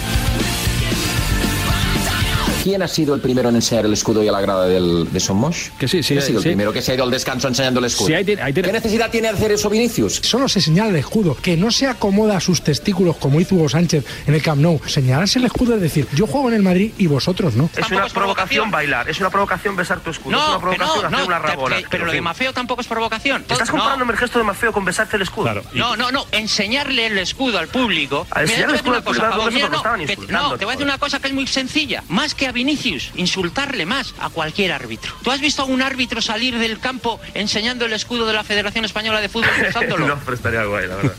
Speaker 22: ¿Quién ha sido el primero en enseñar el escudo y a la grada del, de Somos? Que sí, sí. ¿Quién ha
Speaker 25: sí,
Speaker 22: sido
Speaker 25: sí.
Speaker 22: el primero que se ha ido al descanso enseñando el escudo?
Speaker 25: Sí, ahí tiene- ahí tiene-
Speaker 22: ¿Qué necesidad tiene hacer eso Vinicius?
Speaker 25: Solo se señala el escudo, que no se acomoda a sus testículos como hizo Hugo Sánchez en el Camp Nou. Señalarse el escudo es decir, yo juego en el Madrid y vosotros no.
Speaker 26: Es una provocación bailar, es una provocación besar tu escudo, es una
Speaker 4: que
Speaker 26: provocación hacer una
Speaker 4: que-
Speaker 26: rabola.
Speaker 4: que- pero lo
Speaker 26: en
Speaker 4: de
Speaker 26: fin.
Speaker 4: Mafeo tampoco es provocación.
Speaker 26: Estás
Speaker 4: No.
Speaker 26: comparando el gesto de Mafeo con besarte el escudo.
Speaker 4: No, no, no, enseñarle el escudo al público.
Speaker 26: A enseñarle
Speaker 4: Mira, te voy a
Speaker 26: el escudo al
Speaker 4: decir una cosa,
Speaker 26: público,
Speaker 4: Pablo,
Speaker 26: no
Speaker 4: mira,
Speaker 26: porque estaban
Speaker 4: no, que-
Speaker 26: insultando
Speaker 4: no, te voy a decir una cosa que es muy sencilla. Más que a Vinicius, insultarle más a cualquier árbitro. ¿Tú has visto a un árbitro salir del campo enseñando el escudo de la Federación Española de Fútbol cruzándolo?
Speaker 26: no, pero estaría guay, la verdad.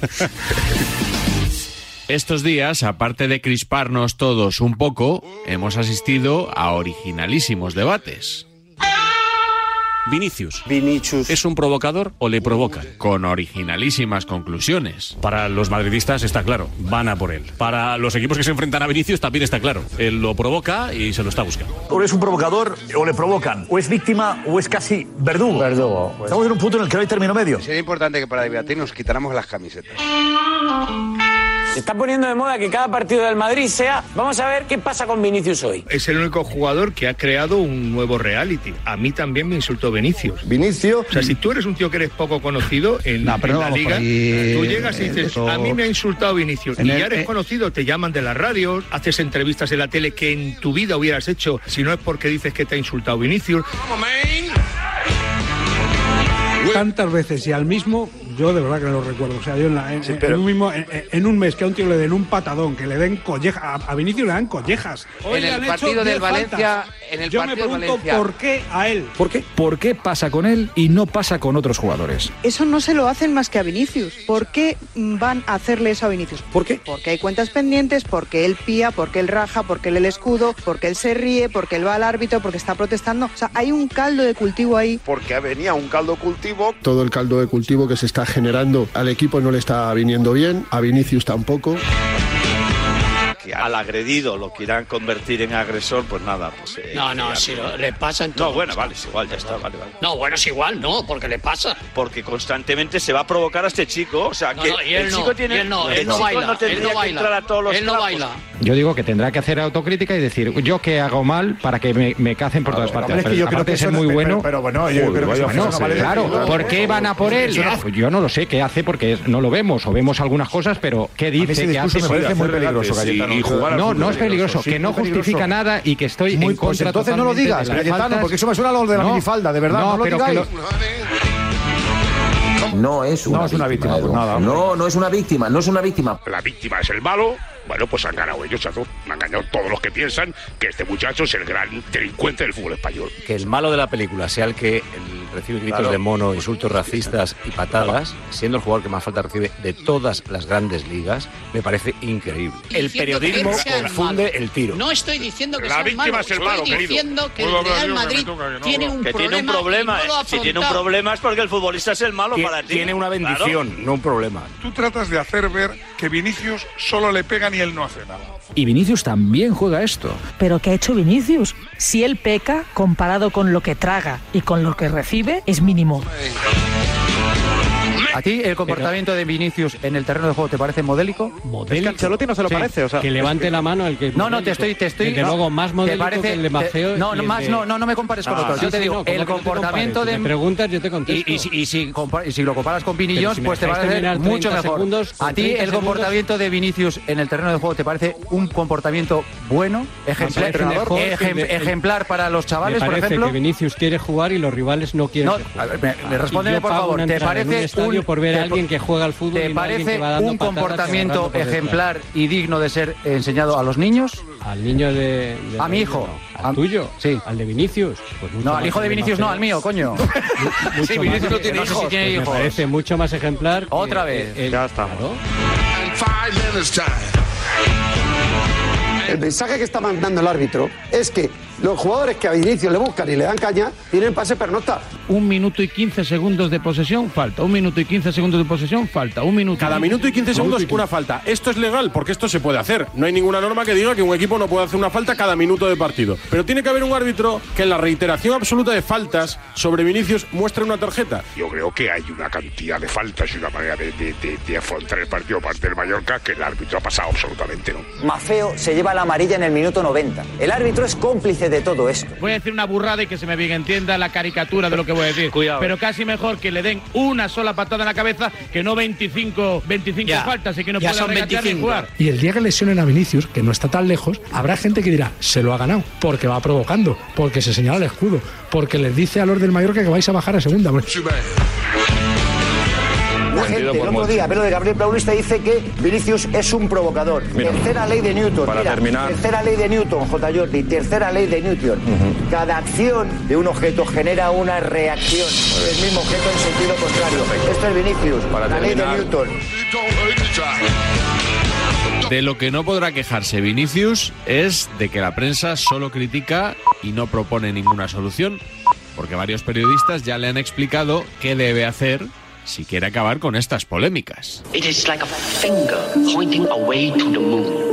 Speaker 2: Estos días, aparte de crisparnos todos un poco, hemos asistido a originalísimos debates. Vinicius. Vinicius. ¿Es un provocador o le provoca? Con originalísimas conclusiones.
Speaker 6: Para los madridistas está claro, van a por él. Para los equipos que se enfrentan a Vinicius también está claro, él lo provoca y se lo está buscando.
Speaker 14: O es un provocador o le provocan. O es víctima o es casi verdugo. Verdugo. Estamos en un punto en el que no hay término medio.
Speaker 3: Sería importante que para debatir nos quitáramos las camisetas.
Speaker 26: Se está poniendo de moda que cada partido del Madrid sea. Vamos a ver qué pasa con Vinicius hoy.
Speaker 3: Es el único jugador que ha creado un nuevo reality. A mí también me insultó Vinicius.
Speaker 10: Vinicio.
Speaker 3: O sea, si tú eres un tío que eres poco conocido en, en
Speaker 10: pero no
Speaker 3: la
Speaker 10: vamos por
Speaker 3: liga,
Speaker 10: ahí,
Speaker 3: tú llegas y dices,
Speaker 10: eso-
Speaker 3: a mí me ha insultado Vinicius.
Speaker 10: En
Speaker 3: Y
Speaker 10: el-
Speaker 3: ya eres
Speaker 10: eh.
Speaker 3: conocido, te llaman de las radios, haces entrevistas en la tele que en tu vida hubieras hecho si no es porque dices que te ha insultado Vinicius.
Speaker 27: Tantas veces y al mismo
Speaker 28: yo de verdad que no lo recuerdo. O sea, yo en, la- en-
Speaker 29: Sí,
Speaker 28: en
Speaker 29: pero-
Speaker 28: un, mismo- en- en- en un mes que a un tío le den un patadón, que le den collejas, a, a Vinicius le dan collejas. Hoy
Speaker 30: En
Speaker 28: le
Speaker 30: el
Speaker 28: han hecho
Speaker 30: partido del
Speaker 28: 10
Speaker 30: Valencia-
Speaker 28: faltas.
Speaker 30: en el
Speaker 28: yo me
Speaker 30: partido del
Speaker 28: pregunto
Speaker 30: Valencia.
Speaker 28: por qué a él.
Speaker 4: ¿Por qué? ¿Por qué pasa con él y no pasa con otros jugadores?
Speaker 22: Eso no se lo hacen más que a Vinicius. ¿Por qué van a hacerle eso a Vinicius? ¿Por qué? Porque hay cuentas pendientes, porque él pía, porque él raja, porque él el escudo, porque él se ríe, porque él va al árbitro, porque está protestando. O sea, hay un caldo de cultivo ahí.
Speaker 31: Porque venía un caldo cultivo
Speaker 10: Todo el caldo de cultivo que se está generando al equipo no le está viniendo bien, a Vinicius tampoco.
Speaker 32: que al agredido lo quieran convertir en agresor, pues nada. Pues, eh,
Speaker 5: No, no,
Speaker 32: ya-
Speaker 5: si lo- le pasa en
Speaker 32: No,
Speaker 5: todo.
Speaker 32: bueno, vale, es igual, ya está, vale, vale.
Speaker 5: No, bueno, es igual, no, porque le pasa.
Speaker 32: Porque constantemente se va a provocar a este chico. O sea,
Speaker 5: No,
Speaker 32: que
Speaker 5: no, y él
Speaker 32: el
Speaker 5: no,
Speaker 32: chico tiene.
Speaker 5: y él no,
Speaker 32: el
Speaker 5: él no
Speaker 32: chico
Speaker 5: baila,
Speaker 32: tendría
Speaker 5: él no
Speaker 32: que
Speaker 5: baila,
Speaker 32: entrar a todos los
Speaker 5: él no
Speaker 32: trapos.
Speaker 5: baila.
Speaker 4: Yo digo que tendrá que hacer autocrítica y decir, yo que hago mal para que me, me cacen por todas partes.
Speaker 33: es que yo creo
Speaker 4: aparte
Speaker 33: que
Speaker 4: de ser
Speaker 33: eso no-
Speaker 4: muy
Speaker 33: pero-
Speaker 4: bueno.
Speaker 33: pero- pero bueno, yo creo que eso
Speaker 4: bueno,
Speaker 33: no se vale de
Speaker 4: claro,
Speaker 33: todo,
Speaker 4: ¿por
Speaker 33: ¿eh?
Speaker 4: qué van a por él? Ah, pues
Speaker 33: Eso no-
Speaker 4: Yo no lo sé qué hace porque no lo vemos o vemos algunas cosas, pero qué
Speaker 33: mí
Speaker 4: dice,
Speaker 33: ese
Speaker 4: qué hace.
Speaker 33: discurso me parece muy peligroso, Cayetano.
Speaker 4: y jugar al
Speaker 33: No,
Speaker 4: fútbol
Speaker 33: no es peligroso,
Speaker 4: sí,
Speaker 33: que no
Speaker 4: muy peligroso.
Speaker 33: justifica nada y
Speaker 4: que
Speaker 33: Muy-
Speaker 4: estoy en
Speaker 33: pues
Speaker 4: contra.
Speaker 33: entonces no lo
Speaker 4: totalmente
Speaker 33: digas,
Speaker 4: de las
Speaker 33: Cayetano,
Speaker 4: faltas.
Speaker 33: porque eso me suena a lo de la minifalda, de verdad, no lo
Speaker 4: pero que
Speaker 33: digáis.
Speaker 34: No es una, víctima. no, no es una víctima, no es una víctima.
Speaker 13: La víctima es el malo. Bueno, pues han ganado ellos, chato. Han ganado todos los que piensan que este muchacho es el gran delincuente del fútbol español.
Speaker 6: Que el malo de la película sea el que el- recibe gritos
Speaker 13: Claro.
Speaker 6: de mono, insultos racistas y patadas, siendo el jugador que más falta recibe de todas las grandes ligas, me parece increíble. El
Speaker 5: Diciendo
Speaker 6: periodismo
Speaker 5: que sea el
Speaker 6: confunde el tiro.
Speaker 5: No estoy diciendo que
Speaker 6: La
Speaker 5: sea
Speaker 6: víctima
Speaker 5: malo,
Speaker 6: es el
Speaker 5: estoy
Speaker 6: malo, querido.
Speaker 5: diciendo que
Speaker 6: Puedo
Speaker 5: el Real
Speaker 6: hablar yo, que me
Speaker 5: Madrid
Speaker 6: toca, que no
Speaker 5: tiene, un
Speaker 6: hablo.
Speaker 32: Que tiene un
Speaker 5: problema
Speaker 32: problema.
Speaker 5: y no lo ha
Speaker 32: Si tiene un
Speaker 5: afrontado.
Speaker 32: problema es porque el futbolista es el malo
Speaker 6: Tie-
Speaker 32: para ti.
Speaker 6: Tiene una bendición, no un problema. Tú tratas de hacer ver que Vinicius solo le pegan y él no hace nada.
Speaker 4: Y Vinicius también juega esto.
Speaker 35: Pero ¿qué ha hecho Vinicius? Si él peca, comparado con lo que traga y con lo que recibe, es mínimo.
Speaker 4: ¿A ti el comportamiento de Vinicius en el terreno de juego te parece modélico?
Speaker 3: Es que Ancelotti no se lo parece, o sea,
Speaker 4: que levante
Speaker 3: es que-
Speaker 4: la mano el que
Speaker 3: No, no, te estoy- te estoy-
Speaker 4: Desde
Speaker 3: no,
Speaker 4: luego más
Speaker 3: te
Speaker 4: modélico
Speaker 3: parece-
Speaker 4: que el
Speaker 3: te-
Speaker 4: de Maceo y
Speaker 3: no,
Speaker 4: el
Speaker 3: más
Speaker 4: de- Ah,
Speaker 3: no, no, no me compares con otros.
Speaker 4: sí,
Speaker 3: Yo te
Speaker 4: sí,
Speaker 3: digo,
Speaker 4: no, ¿cómo
Speaker 3: el
Speaker 4: que no te
Speaker 3: comportamiento
Speaker 4: compares?
Speaker 3: de-
Speaker 4: Si me preguntas yo te contesto
Speaker 3: Y- y si-
Speaker 4: y si, lo comparas con
Speaker 3: Vinicius, pues te va a parecer mucho mejor. a ti el comportamiento de Vinicius en el terreno de juego te parece un comportamiento bueno, ejemplar,
Speaker 4: parece mejor que
Speaker 3: ejem-
Speaker 4: el de-
Speaker 3: ejemplar para los
Speaker 4: me
Speaker 3: chavales, por
Speaker 4: parece
Speaker 3: ejemplo.
Speaker 4: que Vinicius quiere jugar y los rivales no quieren
Speaker 3: No,
Speaker 4: que juegue.
Speaker 3: a ver, me-
Speaker 2: Ah.
Speaker 3: me
Speaker 4: Y
Speaker 3: respóndeme,
Speaker 4: yo
Speaker 3: por
Speaker 4: pago
Speaker 3: favor,
Speaker 4: una
Speaker 3: ¿te
Speaker 4: entrada en
Speaker 3: parece
Speaker 4: un estadio
Speaker 3: un-
Speaker 4: por ver
Speaker 3: te-
Speaker 4: a alguien que juega al fútbol y
Speaker 3: ¿Te
Speaker 4: no a alguien
Speaker 3: parece
Speaker 4: que va dando
Speaker 3: un
Speaker 4: patadas y
Speaker 3: comportamiento
Speaker 4: agarrando por
Speaker 3: ejemplar y digno de ser enseñado a los niños?
Speaker 4: Al niño de. detrás.
Speaker 3: A mi hijo.
Speaker 4: ¿Al tuyo? Sí. ¿Al de Vinicius? Pues mucho
Speaker 3: No,
Speaker 4: más
Speaker 3: al hijo de
Speaker 4: que
Speaker 3: Vinicius no,
Speaker 4: Maceo.
Speaker 3: al mío, coño. No sé
Speaker 4: Mucho más que-
Speaker 3: si
Speaker 4: Pues
Speaker 3: tiene
Speaker 4: Me
Speaker 3: hijos.
Speaker 4: parece mucho más ejemplar. que-
Speaker 3: Otra vez.
Speaker 4: que el-
Speaker 3: Ya está.
Speaker 4: Claro.
Speaker 35: El mensaje que está mandando el árbitro es que los jugadores que a Vinicius le buscan y le dan caña tienen pase pernocta.
Speaker 4: Un minuto y 15 segundos de posesión, falta. Un minuto y 15 segundos de posesión, falta. Un minuto.
Speaker 21: Cada minuto y 15 segundos una falta. Esto es legal porque esto se puede hacer. No hay ninguna norma que diga que un equipo no puede hacer una falta cada minuto de partido. Pero tiene que haber un árbitro que en la reiteración absoluta de faltas sobre Vinicius muestre una tarjeta.
Speaker 13: Yo creo que hay una cantidad de faltas y una manera de, de- de- de afrontar el partido por parte del Mallorca que el árbitro ha pasado absolutamente no.
Speaker 35: Mafeo se lleva la amarilla en el minuto 90. El árbitro es cómplice de todo esto.
Speaker 8: Voy a decir una burrada y que se me bien entienda la caricatura de lo que voy a decir.
Speaker 4: Cuidado.
Speaker 8: Pero casi mejor que le den una sola patada en la cabeza que no 25, 25
Speaker 5: Ya.
Speaker 8: faltas y que no
Speaker 5: Ya
Speaker 8: pueda
Speaker 5: son
Speaker 8: regatear ni
Speaker 5: 25.
Speaker 8: jugar.
Speaker 22: Y el día que lesionen a Vinicius, que no está tan lejos, habrá gente que dirá, se lo ha ganado, porque va provocando, porque se señala el escudo, porque les dice a los del Mallorca que vais a bajar a segunda.
Speaker 35: La gente, el otro día, Pelo de Gabriel Paulista dice que Vinicius es un provocador.
Speaker 36: Mira,
Speaker 35: tercera ley de Newton.
Speaker 36: para
Speaker 35: mira,
Speaker 36: terminar.
Speaker 35: Tercera ley de Newton, J. Jordi. Tercera ley de Newton. Cada acción de un objeto genera una reacción del mismo objeto en sentido contrario. Esto es Vinicius.
Speaker 36: Para
Speaker 35: la ley
Speaker 36: terminar.
Speaker 35: de Newton.
Speaker 2: De lo que no podrá quejarse Vinicius es de que la prensa solo critica y no propone ninguna solución, porque varios periodistas ya le han explicado qué debe hacer si quiere acabar con estas polémicas.
Speaker 36: It is like a finger pointing away to the moon.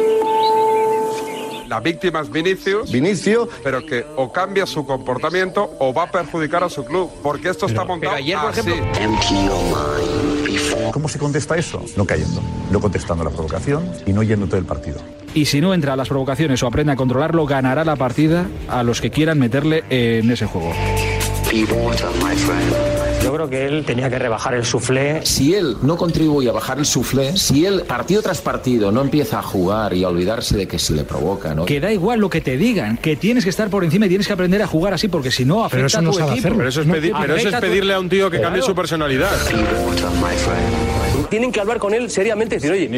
Speaker 1: La víctima es Vinicius. Vinicius. Pero que o cambia su comportamiento o va a perjudicar a su club. Porque esto está montado así.
Speaker 37: ¿Cómo se contesta eso? No cayendo, no contestando la provocación y no yéndote del partido.
Speaker 4: Y si no entra a las provocaciones o aprende a controlarlo, ganará la partida a los que quieran meterle en ese juego.
Speaker 36: Be water, my friend.
Speaker 38: Yo creo que él tenía que rebajar el suflé.
Speaker 39: Si él no contribuye a bajar el suflé, si él partido tras partido no empieza a jugar y a olvidarse de que se le provoca, ¿no?
Speaker 40: Que da igual lo que te digan, que tienes que estar por encima y tienes que aprender a jugar así, porque si no, afecta
Speaker 21: Pero eso no
Speaker 40: a tu
Speaker 21: sabe
Speaker 40: equipo.
Speaker 21: hacerlo. Pero eso es pedi- pero eso es
Speaker 40: Afecta tu-
Speaker 21: pedirle a un tío que cambie
Speaker 40: Claro.
Speaker 21: su personalidad.
Speaker 41: Tienen que hablar con él seriamente y decir, oye,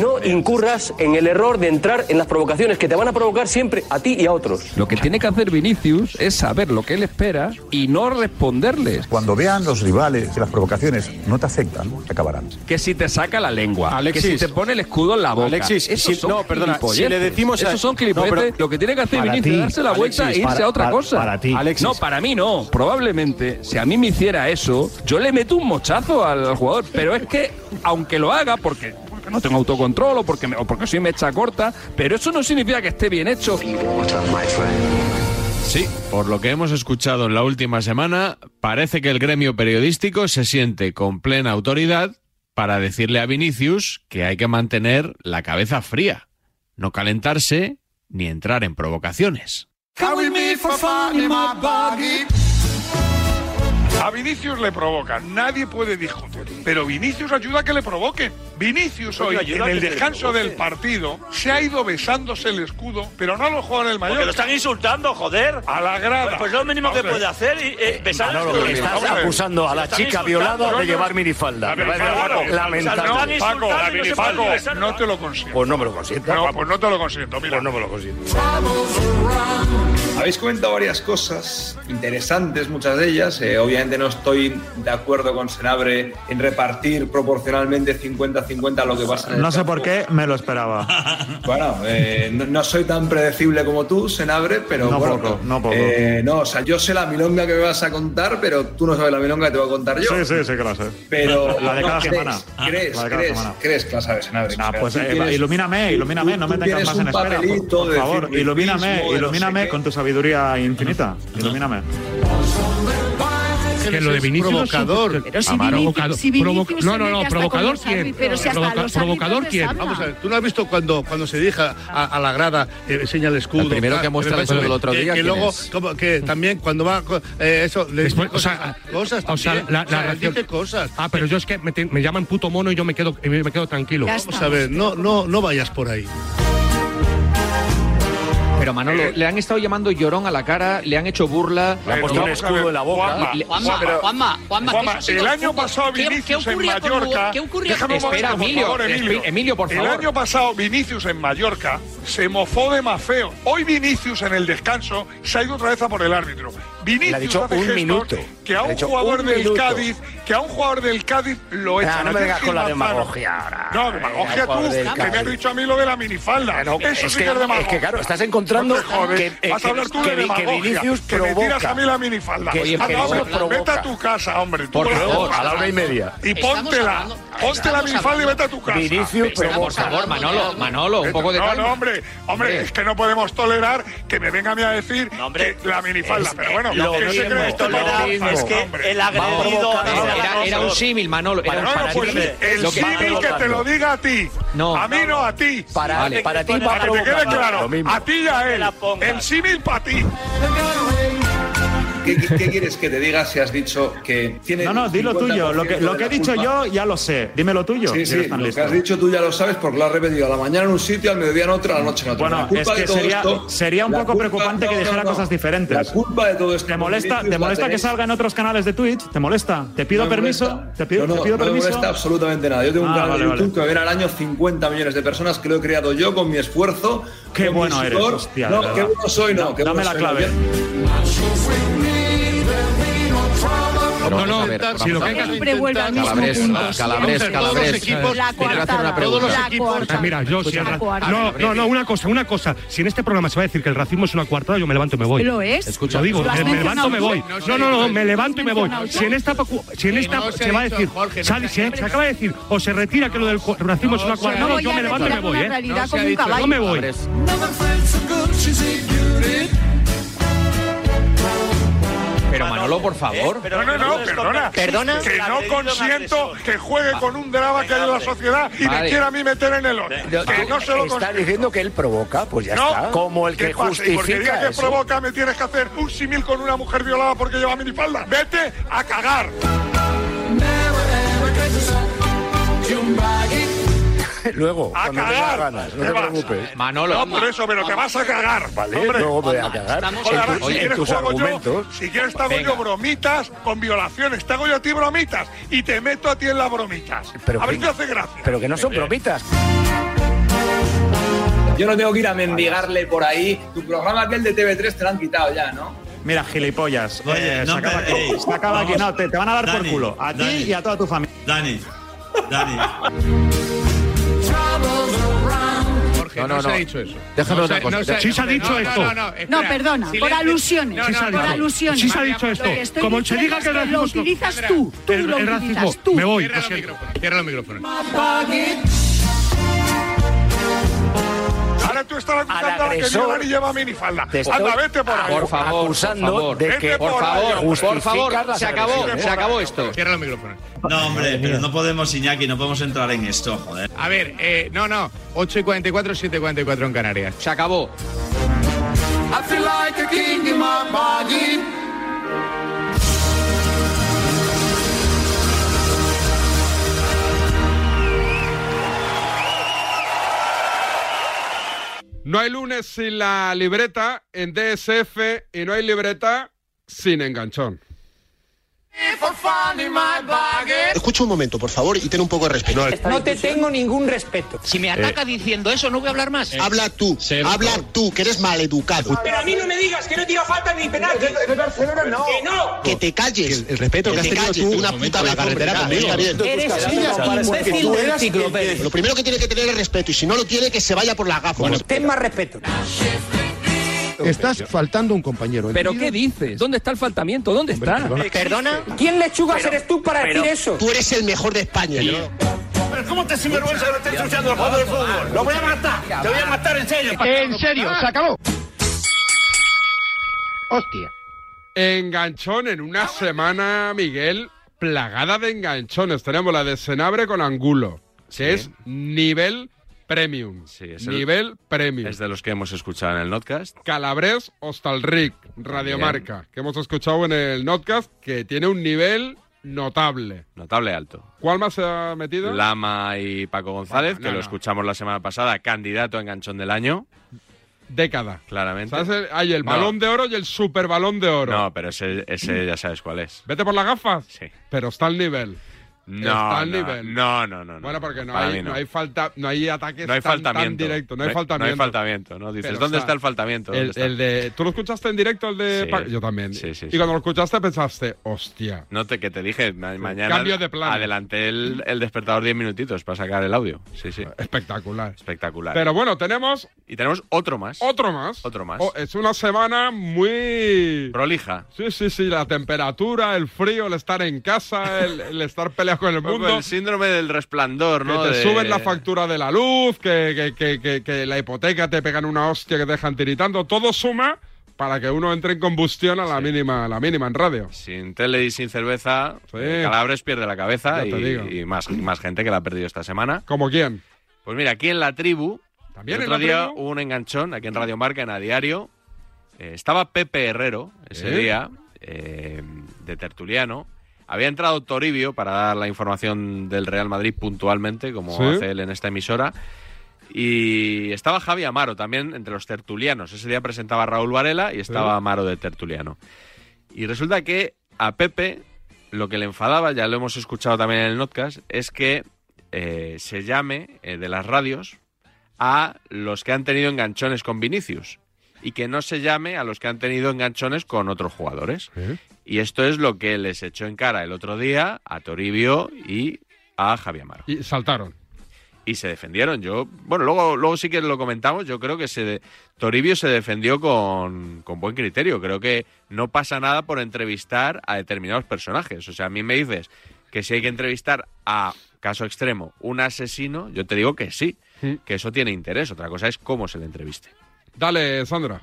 Speaker 41: no incurras en el error de entrar en las provocaciones que te van a provocar siempre a ti y a otros.
Speaker 4: Lo que tiene que hacer Vinicius es saber lo que él espera y no responderles.
Speaker 42: Cuando vean los rivales que las provocaciones no te afectan, acabarán.
Speaker 4: Que si te saca la lengua,
Speaker 42: Alexis.
Speaker 4: que si te pone el escudo en la boca.
Speaker 42: Alexis, si-
Speaker 4: Esos son
Speaker 42: no, perdona,
Speaker 4: gilipolleces.
Speaker 42: si le decimos a-
Speaker 4: Esos son clipotes.
Speaker 42: No, pero-
Speaker 4: lo que tiene que hacer
Speaker 42: Para
Speaker 4: Vinicius es
Speaker 42: ti,
Speaker 4: darse la vuelta
Speaker 42: Alexis,
Speaker 4: e irse
Speaker 42: para-
Speaker 4: a otra
Speaker 42: para-
Speaker 4: cosa.
Speaker 42: para ti. Alexis.
Speaker 4: No, para mí no. Probablemente, Eh, si a mí me hiciera eso, yo le meto un mochazo al, al jugador. Pero es que, aunque lo haga, porque... porque No tengo autocontrol o porque, me- o porque soy mecha corta, pero eso no significa que esté bien hecho.
Speaker 2: Sí, por lo que hemos escuchado en la última semana, parece que el gremio periodístico se siente con plena autoridad para decirle a Vinicius que hay que mantener la cabeza fría, no calentarse ni entrar en provocaciones.
Speaker 13: A Vinicius le provocan, nadie puede discutir. Pero Vinicius ayuda a que le provoquen. Vinicius hoy,
Speaker 43: Oye,
Speaker 13: en
Speaker 43: ayuda a
Speaker 13: el
Speaker 43: que le
Speaker 13: descanso
Speaker 43: provoquen.
Speaker 13: del partido, se ha ido besándose el escudo, pero no a los jugadores del Mallorca.
Speaker 44: Porque lo están insultando, joder.
Speaker 13: A la grada.
Speaker 44: Pues, pues lo mínimo
Speaker 13: Vamos
Speaker 44: que
Speaker 13: a ver.
Speaker 44: puede hacer es eh, besar el-
Speaker 13: Manolo, que
Speaker 44: el-
Speaker 13: estás
Speaker 44: vamos ver.
Speaker 13: acusando a
Speaker 44: Se
Speaker 13: la
Speaker 44: lo están
Speaker 13: chica
Speaker 44: insultando.
Speaker 13: violada de
Speaker 44: No, no.
Speaker 13: llevar
Speaker 44: minifalda.
Speaker 13: La
Speaker 44: Me parece
Speaker 13: minifalda,
Speaker 44: algo lamentable.
Speaker 13: No,
Speaker 44: Están
Speaker 13: Paco,
Speaker 44: insultando
Speaker 13: la
Speaker 44: y no se
Speaker 13: minifaco,
Speaker 44: puede besar.
Speaker 13: no te lo consiento. Pues no me lo consiento. No, pues no te lo consiento, mira. Pues no me lo consiento.
Speaker 3: Habéis comentado varias cosas interesantes, muchas de ellas. Eh, obviamente no estoy de acuerdo con Senabre en repartir proporcionalmente 50-50 lo que pasa en el
Speaker 6: No sé
Speaker 3: campo.
Speaker 6: por qué, me lo esperaba.
Speaker 3: Bueno, eh, no, no soy tan predecible como tú, Senabre, pero
Speaker 6: No
Speaker 3: bueno,
Speaker 6: poco, no poco.
Speaker 3: eh, no, o sea, yo sé la milonga que me vas a contar, pero tú no sabes la milonga que te voy a contar yo.
Speaker 6: Sí, sí, sí que la sé.
Speaker 3: Pero
Speaker 6: La de
Speaker 3: no,
Speaker 6: cada
Speaker 3: crees,
Speaker 6: semana.
Speaker 3: Crees,
Speaker 6: La de cada
Speaker 3: crees,
Speaker 6: semana.
Speaker 3: crees que la sabes, Senabre.
Speaker 6: Nah,
Speaker 3: O sea,
Speaker 6: pues
Speaker 3: tú
Speaker 6: eh,
Speaker 3: tienes-
Speaker 6: ilumíname, ilumíname,
Speaker 3: tú-
Speaker 6: no me
Speaker 3: tú
Speaker 6: tengas
Speaker 3: tienes
Speaker 6: más
Speaker 3: un
Speaker 6: en espera. Por,
Speaker 3: papelito de
Speaker 6: favor,
Speaker 3: decir
Speaker 6: ilumíname,
Speaker 3: mismo, de no
Speaker 6: ilumíname con tu sabiduría infinita. Ilumíname.
Speaker 1: Que lo de Vinicius es provocador.
Speaker 45: Pero si
Speaker 1: Amaro.
Speaker 45: Vinicius-
Speaker 1: Provocador.
Speaker 45: si Vinicius
Speaker 1: Provo-
Speaker 45: se
Speaker 1: no, no,
Speaker 45: mete
Speaker 1: no,
Speaker 45: hasta con
Speaker 1: provocador
Speaker 45: los
Speaker 1: quién.
Speaker 45: árbitros, pero si hasta
Speaker 1: Provoca-
Speaker 45: los
Speaker 1: provocador
Speaker 45: árbitros les
Speaker 1: quién.
Speaker 45: habla.
Speaker 1: Vamos a ver, tú no has visto cuando, cuando se deja a, a la grada, eh, señala el escudo.
Speaker 46: El primero
Speaker 1: tal,
Speaker 46: que muestra
Speaker 1: me
Speaker 46: el
Speaker 1: parece
Speaker 46: escudo el otro
Speaker 1: que-
Speaker 46: día,
Speaker 1: Que
Speaker 46: ¿quién
Speaker 1: luego,
Speaker 46: es?
Speaker 1: como que también cuando va co- eh, eso, le
Speaker 22: Después,
Speaker 1: dice
Speaker 22: o sea,
Speaker 1: cosas- cosas.
Speaker 22: o sea,
Speaker 1: también.
Speaker 22: la-
Speaker 1: O sea,
Speaker 22: la
Speaker 1: dice
Speaker 22: ración-
Speaker 1: cosas.
Speaker 22: Ah, pero yo es que me, te- me llaman puto mono y yo me quedo, y me quedo tranquilo.
Speaker 1: Ya Vamos está. a ver, no- no, no vayas por ahí.
Speaker 46: Pero Manolo,
Speaker 3: Eh,
Speaker 46: le han estado llamando llorón a la cara, le han hecho burla.
Speaker 3: Le han puesto un
Speaker 46: Y-
Speaker 3: escudo en la boca.
Speaker 46: Y-
Speaker 3: Juanma,
Speaker 46: le-
Speaker 3: Juanma,
Speaker 46: pero-
Speaker 13: Juanma, Juanma, que eso ha sido
Speaker 3: el
Speaker 13: el
Speaker 3: año
Speaker 13: fútbol.
Speaker 3: pasado
Speaker 13: ¿Qué- Vinicius qué en ocurría con Mallorca. Hugo- qué ocurría Déjame un con- momento, Espera, por Emilio, favor, Emilio. espe- Emilio, por favor. El año pasado Vinicius en Mallorca se mofó de más feo. Hoy Vinicius en el descanso se ha ido otra vez a por el árbitro. Vinicius
Speaker 12: Le ha dicho
Speaker 13: hace
Speaker 12: un
Speaker 13: gestos
Speaker 12: minuto.
Speaker 13: que
Speaker 12: Le
Speaker 13: a
Speaker 12: ha
Speaker 13: un
Speaker 12: dicho
Speaker 13: jugador
Speaker 12: un
Speaker 13: del
Speaker 12: minuto.
Speaker 13: Cádiz, que a un jugador del Cádiz lo
Speaker 12: Ah,
Speaker 13: echan.
Speaker 12: no me
Speaker 13: Ayer
Speaker 12: vengas con la
Speaker 13: Gil Manzano.
Speaker 12: demagogia ahora.
Speaker 13: No, demagogia
Speaker 12: Ay,
Speaker 13: tú,
Speaker 12: jugador del
Speaker 13: que me has
Speaker 12: Cádiz. Ah,
Speaker 13: dicho a mí lo de la minifalda. Eso
Speaker 12: es
Speaker 13: sí
Speaker 12: que-
Speaker 13: que es demagogia.
Speaker 12: es que, claro, estás encontrando
Speaker 13: No te jodes.
Speaker 12: que- eh,
Speaker 13: Vas a
Speaker 12: que-
Speaker 13: hablar tú
Speaker 12: que-
Speaker 13: de
Speaker 12: que
Speaker 13: demagogia,
Speaker 12: Vinicius
Speaker 13: que me tiras
Speaker 12: provoca.
Speaker 13: a mí la minifalda. Pues
Speaker 12: Que-
Speaker 13: Anda,
Speaker 12: que
Speaker 13: hombre,
Speaker 12: Vinicius provoca.
Speaker 13: vete a tu casa, hombre. tú
Speaker 12: Por
Speaker 13: la
Speaker 12: favor,
Speaker 13: provoca.
Speaker 12: a la hora y media.
Speaker 13: Y
Speaker 12: Estamos
Speaker 13: póntela.
Speaker 12: hablando-
Speaker 13: Ponte la
Speaker 12: estamos
Speaker 13: minifalda y
Speaker 12: hablando-
Speaker 13: vete a tu casa.
Speaker 12: Vinicius Pero, por provoca. favor, Manolo, Manolo, un poco de
Speaker 13: No,
Speaker 12: calma.
Speaker 13: no, hombre. Hombre,
Speaker 12: Hombre.
Speaker 13: es que no podemos tolerar que me venga a mí a decir que la minifalda.
Speaker 46: es-
Speaker 13: Pero bueno,
Speaker 46: lo
Speaker 13: ¿qué se
Speaker 46: mismo,
Speaker 13: cree este
Speaker 46: lo
Speaker 13: Manolo?
Speaker 46: mismo.
Speaker 13: Pues,
Speaker 46: Es que
Speaker 13: hombre,
Speaker 46: el agredido-
Speaker 13: vamos a
Speaker 46: Era-
Speaker 13: provocar. Vamos a
Speaker 46: era un
Speaker 13: provocar.
Speaker 46: símil, Manolo, era un
Speaker 13: No, no,
Speaker 46: para
Speaker 13: pues,
Speaker 46: ti.
Speaker 13: el
Speaker 46: Lo que-
Speaker 13: símil que te lo diga a ti.
Speaker 46: No.
Speaker 13: A mí no, a ti.
Speaker 46: Para- Vale. para ti va
Speaker 13: Para que te quede
Speaker 46: provocando.
Speaker 13: claro.
Speaker 46: Lo mismo.
Speaker 13: A ti y a él. El símil para ti.
Speaker 3: ¿Qué, qué- qué quieres que te diga si has dicho que tiene.
Speaker 6: No, no, di lo
Speaker 3: 50%
Speaker 6: tuyo. Lo que, lo
Speaker 3: de
Speaker 6: que he
Speaker 3: la
Speaker 6: dicho
Speaker 3: culpa?
Speaker 6: yo ya lo sé. Dime lo tuyo.
Speaker 3: Sí,
Speaker 6: si
Speaker 3: sí,
Speaker 6: eres tan
Speaker 3: lo que
Speaker 6: listo.
Speaker 3: has dicho tú ya lo sabes porque lo has repetido a la mañana en un sitio, al mediodía en otro, a la noche en otro.
Speaker 6: Bueno,
Speaker 3: La culpa
Speaker 6: es
Speaker 3: de
Speaker 6: que
Speaker 3: todo
Speaker 6: sería,
Speaker 3: esto-
Speaker 6: sería un
Speaker 3: la
Speaker 6: poco
Speaker 3: culpa-
Speaker 6: preocupante
Speaker 3: no,
Speaker 6: que
Speaker 3: no,
Speaker 6: dijera
Speaker 3: no.
Speaker 6: cosas diferentes.
Speaker 3: La culpa de todo esto.
Speaker 6: ¿Te molesta,
Speaker 3: Vinicius,
Speaker 6: ¿te
Speaker 3: la
Speaker 6: molesta que
Speaker 3: tenéis-
Speaker 6: salga en otros canales de Twitch? ¿Te molesta? ¿Te pido
Speaker 3: No me
Speaker 6: permiso?
Speaker 3: molesta.
Speaker 6: ¿Te pido,
Speaker 3: no, no,
Speaker 6: te pido
Speaker 3: no me
Speaker 6: permiso?
Speaker 3: molesta absolutamente nada. Yo tengo un
Speaker 6: Ah,
Speaker 3: canal
Speaker 6: vale,
Speaker 3: de YouTube
Speaker 6: vale.
Speaker 3: que ven al año 50 millones de personas que lo he creado yo con mi esfuerzo.
Speaker 6: Qué
Speaker 3: con mi
Speaker 6: bueno eres,
Speaker 3: sudor.
Speaker 6: hostia, de
Speaker 3: no,
Speaker 6: verdad.
Speaker 3: qué bueno soy, no. qué
Speaker 6: Dame
Speaker 3: bueno soy,
Speaker 6: la clave.
Speaker 46: Pero
Speaker 1: No, no,
Speaker 46: vamos a ver,
Speaker 1: si
Speaker 46: vamos a
Speaker 1: lo que hay
Speaker 46: ver.
Speaker 1: que Siempre vuelve al mismo
Speaker 46: Calabres,
Speaker 1: punto.
Speaker 46: Calabres,
Speaker 1: Vamos a ver, todos los
Speaker 46: Calabres.
Speaker 1: equipos- La
Speaker 46: Te quiero hacer una
Speaker 1: coartada, todos los
Speaker 46: pregunta.
Speaker 1: equipos-
Speaker 22: Ah, Mira, yo sí,
Speaker 45: Pues
Speaker 1: Escucha,
Speaker 22: es
Speaker 1: la
Speaker 22: ra-
Speaker 1: coartada.
Speaker 22: No, no, no, una cosa, una cosa. Si en este programa se va a decir que el racismo es una coartada, yo me levanto y me voy.
Speaker 45: Lo es.
Speaker 22: Lo digo,
Speaker 45: Lo has
Speaker 22: me, me levanto
Speaker 45: mencionado
Speaker 22: y me voy.
Speaker 45: tú.
Speaker 22: No, no, no, me levanto y me voy.
Speaker 45: mencionado tú.
Speaker 22: Si en esta, pacu- si en
Speaker 45: Que
Speaker 22: esta
Speaker 45: no se
Speaker 22: se,
Speaker 45: ha
Speaker 22: va a
Speaker 45: dicho,
Speaker 22: decir,
Speaker 45: Jorge, no
Speaker 22: sal-
Speaker 45: se ha
Speaker 22: se, se acaba de decir, o se retira que lo del co- racismo es una
Speaker 45: No se ha
Speaker 22: coartada,
Speaker 45: dicho.
Speaker 22: yo me levanto y me
Speaker 45: Voy a
Speaker 22: voy, ¿eh?
Speaker 45: retirar una
Speaker 22: No se ha
Speaker 45: realidad
Speaker 22: dicho.
Speaker 45: como un
Speaker 22: Yo me voy.
Speaker 45: caballo.
Speaker 3: Calabres.
Speaker 11: Pero Manolo, por favor.
Speaker 13: No, no, no, perdona.
Speaker 11: Perdona.
Speaker 13: Que no consiento que juegue con un drama que hay en la sociedad y me
Speaker 12: Vale.
Speaker 13: quiera a mí meter en el horno. Que no se lo
Speaker 12: Estás
Speaker 13: consiento.
Speaker 12: diciendo que él provoca, pues ya
Speaker 13: No.
Speaker 12: está. Como el que
Speaker 13: ¿Qué pasa? Y porque digas
Speaker 12: justifica
Speaker 13: que
Speaker 12: eso.
Speaker 13: provoca, me tienes que hacer un símil con una mujer violada porque lleva minifalda. Vete a cagar.
Speaker 12: Luego,
Speaker 13: A
Speaker 12: cuando
Speaker 13: cagar.
Speaker 12: tengas ganas, no
Speaker 13: Te
Speaker 12: te
Speaker 13: vas.
Speaker 12: preocupes.
Speaker 13: No, por eso, pero te vas a cagar.
Speaker 12: Vale,
Speaker 13: hombre.
Speaker 12: luego me voy a cagar. En,
Speaker 13: Joder, ahora,
Speaker 12: tu-
Speaker 13: si
Speaker 12: en
Speaker 13: quieres
Speaker 12: tus
Speaker 13: juego yo,
Speaker 12: argumentos.
Speaker 13: si quieres te hago
Speaker 12: Venga.
Speaker 13: yo bromitas con violaciones, te hago yo a ti bromitas y te meto a ti en las bromitas.
Speaker 12: Pero
Speaker 13: a ver
Speaker 12: que-
Speaker 13: qué hace gracia.
Speaker 12: Pero que no son
Speaker 13: Eh, eh.
Speaker 12: bromitas.
Speaker 47: Yo no tengo que ir a mendigarle por ahí. Tu programa aquel de TV3 te lo han quitado ya, ¿no?
Speaker 48: Mira, gilipollas. Oye,
Speaker 47: no
Speaker 48: se acaba
Speaker 47: me-
Speaker 48: aquí.
Speaker 47: ey,
Speaker 48: Se acaba aquí.
Speaker 47: vamos.
Speaker 48: No, te, te van a dar
Speaker 47: Dani,
Speaker 48: por culo. A ti
Speaker 47: Dani.
Speaker 48: y a toda tu familia.
Speaker 6: Dani, Dani. Jorge, no, se ha dicho eso. Déjame No una se- cosa. no se- Sí se ha dicho no, no, esto. No, no, espera.
Speaker 9: No, perdona,
Speaker 6: Silencio.
Speaker 9: por alusiones.
Speaker 6: No, no,
Speaker 9: por
Speaker 6: no.
Speaker 9: alusiones.
Speaker 6: Sí se ha dicho esto.
Speaker 9: Lo que estoy
Speaker 6: Como se
Speaker 9: diciendo
Speaker 6: diga
Speaker 9: es
Speaker 6: que el racismo
Speaker 9: lo
Speaker 6: es lo-
Speaker 9: utilizas tú. Tú
Speaker 6: el,
Speaker 9: lo
Speaker 6: el
Speaker 9: utilizas
Speaker 6: racismo.
Speaker 9: tú.
Speaker 6: Me voy.
Speaker 9: Cierra
Speaker 6: lo
Speaker 9: los
Speaker 6: siento. Cierra los micrófonos.
Speaker 13: Ahora tú estás acusando a la que
Speaker 12: agresor,
Speaker 13: violan y lleva minifalda.
Speaker 12: te estoy
Speaker 13: Anda, vete por ahí.
Speaker 12: por favor, acusando por favor. de
Speaker 13: Vete
Speaker 12: que-
Speaker 13: por,
Speaker 12: por
Speaker 13: ahí,
Speaker 12: favor,
Speaker 13: hombre.
Speaker 12: justifica
Speaker 6: Por favor,
Speaker 12: las
Speaker 6: se acabó,
Speaker 12: agresiones.
Speaker 6: se acabó esto. Cierra los micrófonos. No, hombre, pero no podemos, Iñaki, no podemos entrar en esto, joder. A ver, eh, no, no. 8 y 44, 7 y 44 en Canarias. Se acabó.
Speaker 49: I feel like a king in my body.
Speaker 1: No hay lunes sin la libreta en DSF y no hay libreta sin enganchón.
Speaker 49: For fun in my body.
Speaker 10: Escucha un momento, por favor, y ten un poco de respeto. No te tengo ningún respeto. Eh, Si me ataca diciendo eso, no voy a hablar más.
Speaker 6: Eh.
Speaker 10: habla tú, habla tú, que eres maleducado. Pero a mí no me digas que no tira falta ni penal.
Speaker 6: Eh,
Speaker 10: De Barcelona no. Que no. Que te calles. El, respeto que has tenido tú una puta vez con mi cara. Está bien. Eres Tú estás un haciendo imbécil tus cagadas. del Tú eras enciclopedia. el que- Lo primero que tiene que tener es respeto, y si no lo tiene, que se vaya por la gafa. ten más respeto.
Speaker 50: Estás faltando un compañero.
Speaker 51: ¿Pero qué dices? ¿Dónde está el faltamiento? ¿Dónde está?
Speaker 10: ¿Perdona? ¿Quién lechugas eres tú para
Speaker 51: pero-
Speaker 10: decir eso? Tú eres el mejor de España.
Speaker 49: ¿Cómo te sinvergüenza que lo estés ensuciando el juego del fútbol? ¡Lo voy a matar! ¡Te voy a matar en serio!
Speaker 1: En serio, se
Speaker 49: acabó!
Speaker 1: Hostia. Enganchón en una semana, Miguel, plagada de enganchones. Tenemos la de Senabre con Angulo, que es nivel premium.
Speaker 2: es el-
Speaker 1: nivel premium.
Speaker 2: Es de los que hemos escuchado en el podcast.
Speaker 1: Calabres Hostalric, Radiomarca, que hemos escuchado en el podcast, que tiene un nivel notable.
Speaker 2: Notable alto.
Speaker 1: ¿Cuál más se ha metido?
Speaker 2: Lama y Paco González,
Speaker 1: Bueno,
Speaker 2: que
Speaker 1: no,
Speaker 2: lo
Speaker 1: no.
Speaker 2: escuchamos la semana pasada, candidato a enganchón del año.
Speaker 1: Década.
Speaker 2: Claramente.
Speaker 1: ¿Sabes? El- hay el
Speaker 2: No.
Speaker 1: balón de oro y el super balón de oro.
Speaker 2: No, pero ese, ese ya sabes cuál es.
Speaker 1: Vete por las gafas. Sí. Pero está al nivel.
Speaker 2: No,
Speaker 1: Está al
Speaker 2: no,
Speaker 1: nivel.
Speaker 2: no, no, no, no.
Speaker 1: Bueno, porque no
Speaker 2: Para
Speaker 1: hay,
Speaker 2: mí
Speaker 1: no. hay falta, no hay ataques
Speaker 2: No hay
Speaker 1: tan- tan
Speaker 2: faltamiento.
Speaker 1: directos, no hay
Speaker 2: No hay- no hay
Speaker 1: faltamiento.
Speaker 2: faltamiento, ¿no? Dices, ¿dónde está el faltamiento? ¿Dónde
Speaker 1: El,
Speaker 2: está?
Speaker 1: el de, ¿Tú lo escuchaste en directo el de
Speaker 2: Sí.
Speaker 1: Pa- Yo también.
Speaker 2: Sí, sí,
Speaker 1: y
Speaker 2: sí.
Speaker 1: cuando lo escuchaste pensaste, hostia.
Speaker 2: No te que te dije, ma- mañana
Speaker 1: Cambio de plan.
Speaker 2: adelanté el, el despertador 10 minutitos para sacar el audio. Sí, sí.
Speaker 1: Espectacular.
Speaker 2: Espectacular.
Speaker 1: Pero bueno, tenemos
Speaker 2: y tenemos otro más.
Speaker 1: otro más.
Speaker 2: Otro más.
Speaker 1: Oh, es una semana muy...
Speaker 2: Prolija.
Speaker 1: Sí, sí, sí, la temperatura, el frío, el estar en casa, el, el estar peleado con el mundo.
Speaker 2: El síndrome del resplandor, pues, ¿no?
Speaker 1: Que te
Speaker 2: De-
Speaker 1: suben la factura de la luz, que, que- que- que- que la hipoteca te pegan una hostia que te dejan tiritando. Todo suma para que uno entre en combustión a la mínima, a la mínima en radio.
Speaker 2: Sin tele y sin cerveza, eh, Calabres pierde la cabeza
Speaker 1: Ya te digo.
Speaker 2: y, y más, más gente que la ha perdido esta semana.
Speaker 1: ¿Como quién?
Speaker 2: Pues mira, aquí en la tribu,
Speaker 1: ¿También
Speaker 2: el
Speaker 1: en
Speaker 2: otro
Speaker 1: la
Speaker 2: día
Speaker 1: tribu?
Speaker 2: hubo un enganchón, aquí en Radio Marca, en A Diario. Eh, estaba Pepe Herrero ese
Speaker 1: ¿Eh?
Speaker 2: día, eh, de tertuliano. Había entrado Toribio para dar la información del Real Madrid puntualmente, como
Speaker 1: Sí.
Speaker 2: hace él en esta emisora. Y estaba Javi Amaro también entre los tertulianos. Ese día presentaba Raúl Varela y estaba
Speaker 1: Sí.
Speaker 2: Amaro de tertuliano. Y resulta que a Pepe lo que le enfadaba, ya lo hemos escuchado también en el podcast, es que eh, se llame eh, de las radios a los que han tenido enganchones con Vinicius y que no se llame a los que han tenido enganchones con otros jugadores. Y esto es lo que les echó en cara el otro día a Toribio y a Javier Amaro
Speaker 1: Y saltaron.
Speaker 2: y se defendieron. Yo, bueno, luego, luego sí que lo comentamos. Yo creo que se de- Toribio se defendió con, con buen criterio. Creo que no pasa nada por entrevistar a determinados personajes. O sea, a mí me dices que si hay que entrevistar a caso extremo un asesino, yo te digo que sí, que eso tiene interés. Otra cosa es cómo se le entreviste.
Speaker 1: Dale, Sandra.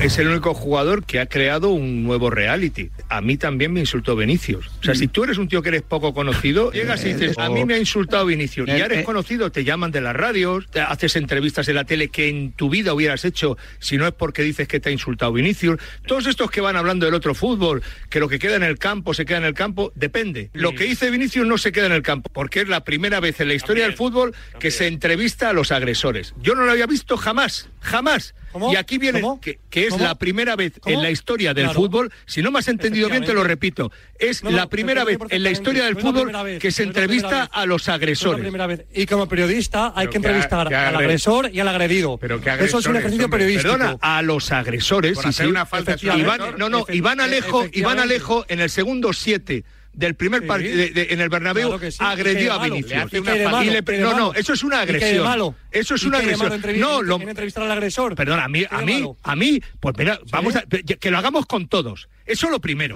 Speaker 3: es el único jugador que ha creado un nuevo reality. A mí también me insultó Vinicius. O sea, si tú eres un tío que eres poco
Speaker 4: Eh,
Speaker 3: conocido, llegas y dices, a mí me ha insultado Vinicius. Y ya eres conocido, te llaman de las radios, te haces entrevistas en la tele que en tu vida hubieras hecho si no es porque dices que te ha insultado Vinicius. Todos estos que van hablando del otro fútbol, que lo que queda en el campo se queda en el campo, depende. Lo que dice Vinicius no se queda en el campo, porque es la primera vez en la historia del fútbol que se entrevista a los agresores. Yo no lo había visto jamás, jamás. Y aquí viene que, que es
Speaker 4: ¿Cómo?
Speaker 3: la primera vez en la historia del
Speaker 4: Claro.
Speaker 3: fútbol, si no me has entendido bien te lo repito, es
Speaker 4: No, no,
Speaker 3: la primera
Speaker 4: te
Speaker 3: vez
Speaker 4: entendí
Speaker 3: en la historia del
Speaker 4: perfectamente.
Speaker 3: fútbol
Speaker 4: No es la primera
Speaker 3: que
Speaker 4: vez,
Speaker 3: se
Speaker 4: no es la primera
Speaker 3: entrevista
Speaker 4: vez.
Speaker 3: a los
Speaker 4: No es la
Speaker 3: agresores.
Speaker 4: primera vez. Y como periodista hay que
Speaker 3: que ha-
Speaker 4: entrevistar
Speaker 3: que ha
Speaker 4: al
Speaker 3: agre-
Speaker 4: agresor y al agredido.
Speaker 3: Pero que
Speaker 4: Eso es un
Speaker 3: agresores,
Speaker 4: ejercicio
Speaker 3: hombre.
Speaker 4: periodístico.
Speaker 3: Perdona, a los agresores.
Speaker 4: Por
Speaker 3: sí,
Speaker 4: hacer
Speaker 3: sí.
Speaker 4: una falta a su
Speaker 3: Iván-
Speaker 4: agresor.
Speaker 3: no, no,
Speaker 4: Efe-
Speaker 3: Iván Alejo, Iván
Speaker 4: efectivamente.
Speaker 3: Alejo en el segundo 7 del primer
Speaker 4: Sí.
Speaker 3: partido en el Bernabéu
Speaker 4: Claro que sí. Y que de
Speaker 3: agredió a
Speaker 4: malo.
Speaker 3: Vinicius
Speaker 4: Le hace una
Speaker 3: Y le-
Speaker 4: falta.
Speaker 3: y le-
Speaker 4: Y que de
Speaker 3: no no
Speaker 4: malo.
Speaker 3: eso es una
Speaker 4: Y que de
Speaker 3: agresión
Speaker 4: malo.
Speaker 3: eso es
Speaker 4: Y
Speaker 3: una
Speaker 4: que de malo
Speaker 3: agresión
Speaker 4: entrevista-
Speaker 3: no
Speaker 4: en entrevistar al agresor.
Speaker 3: perdona a mí
Speaker 4: de
Speaker 3: a mí
Speaker 4: malo.
Speaker 3: a mí pues mira vamos a que lo hagamos con todos eso lo primero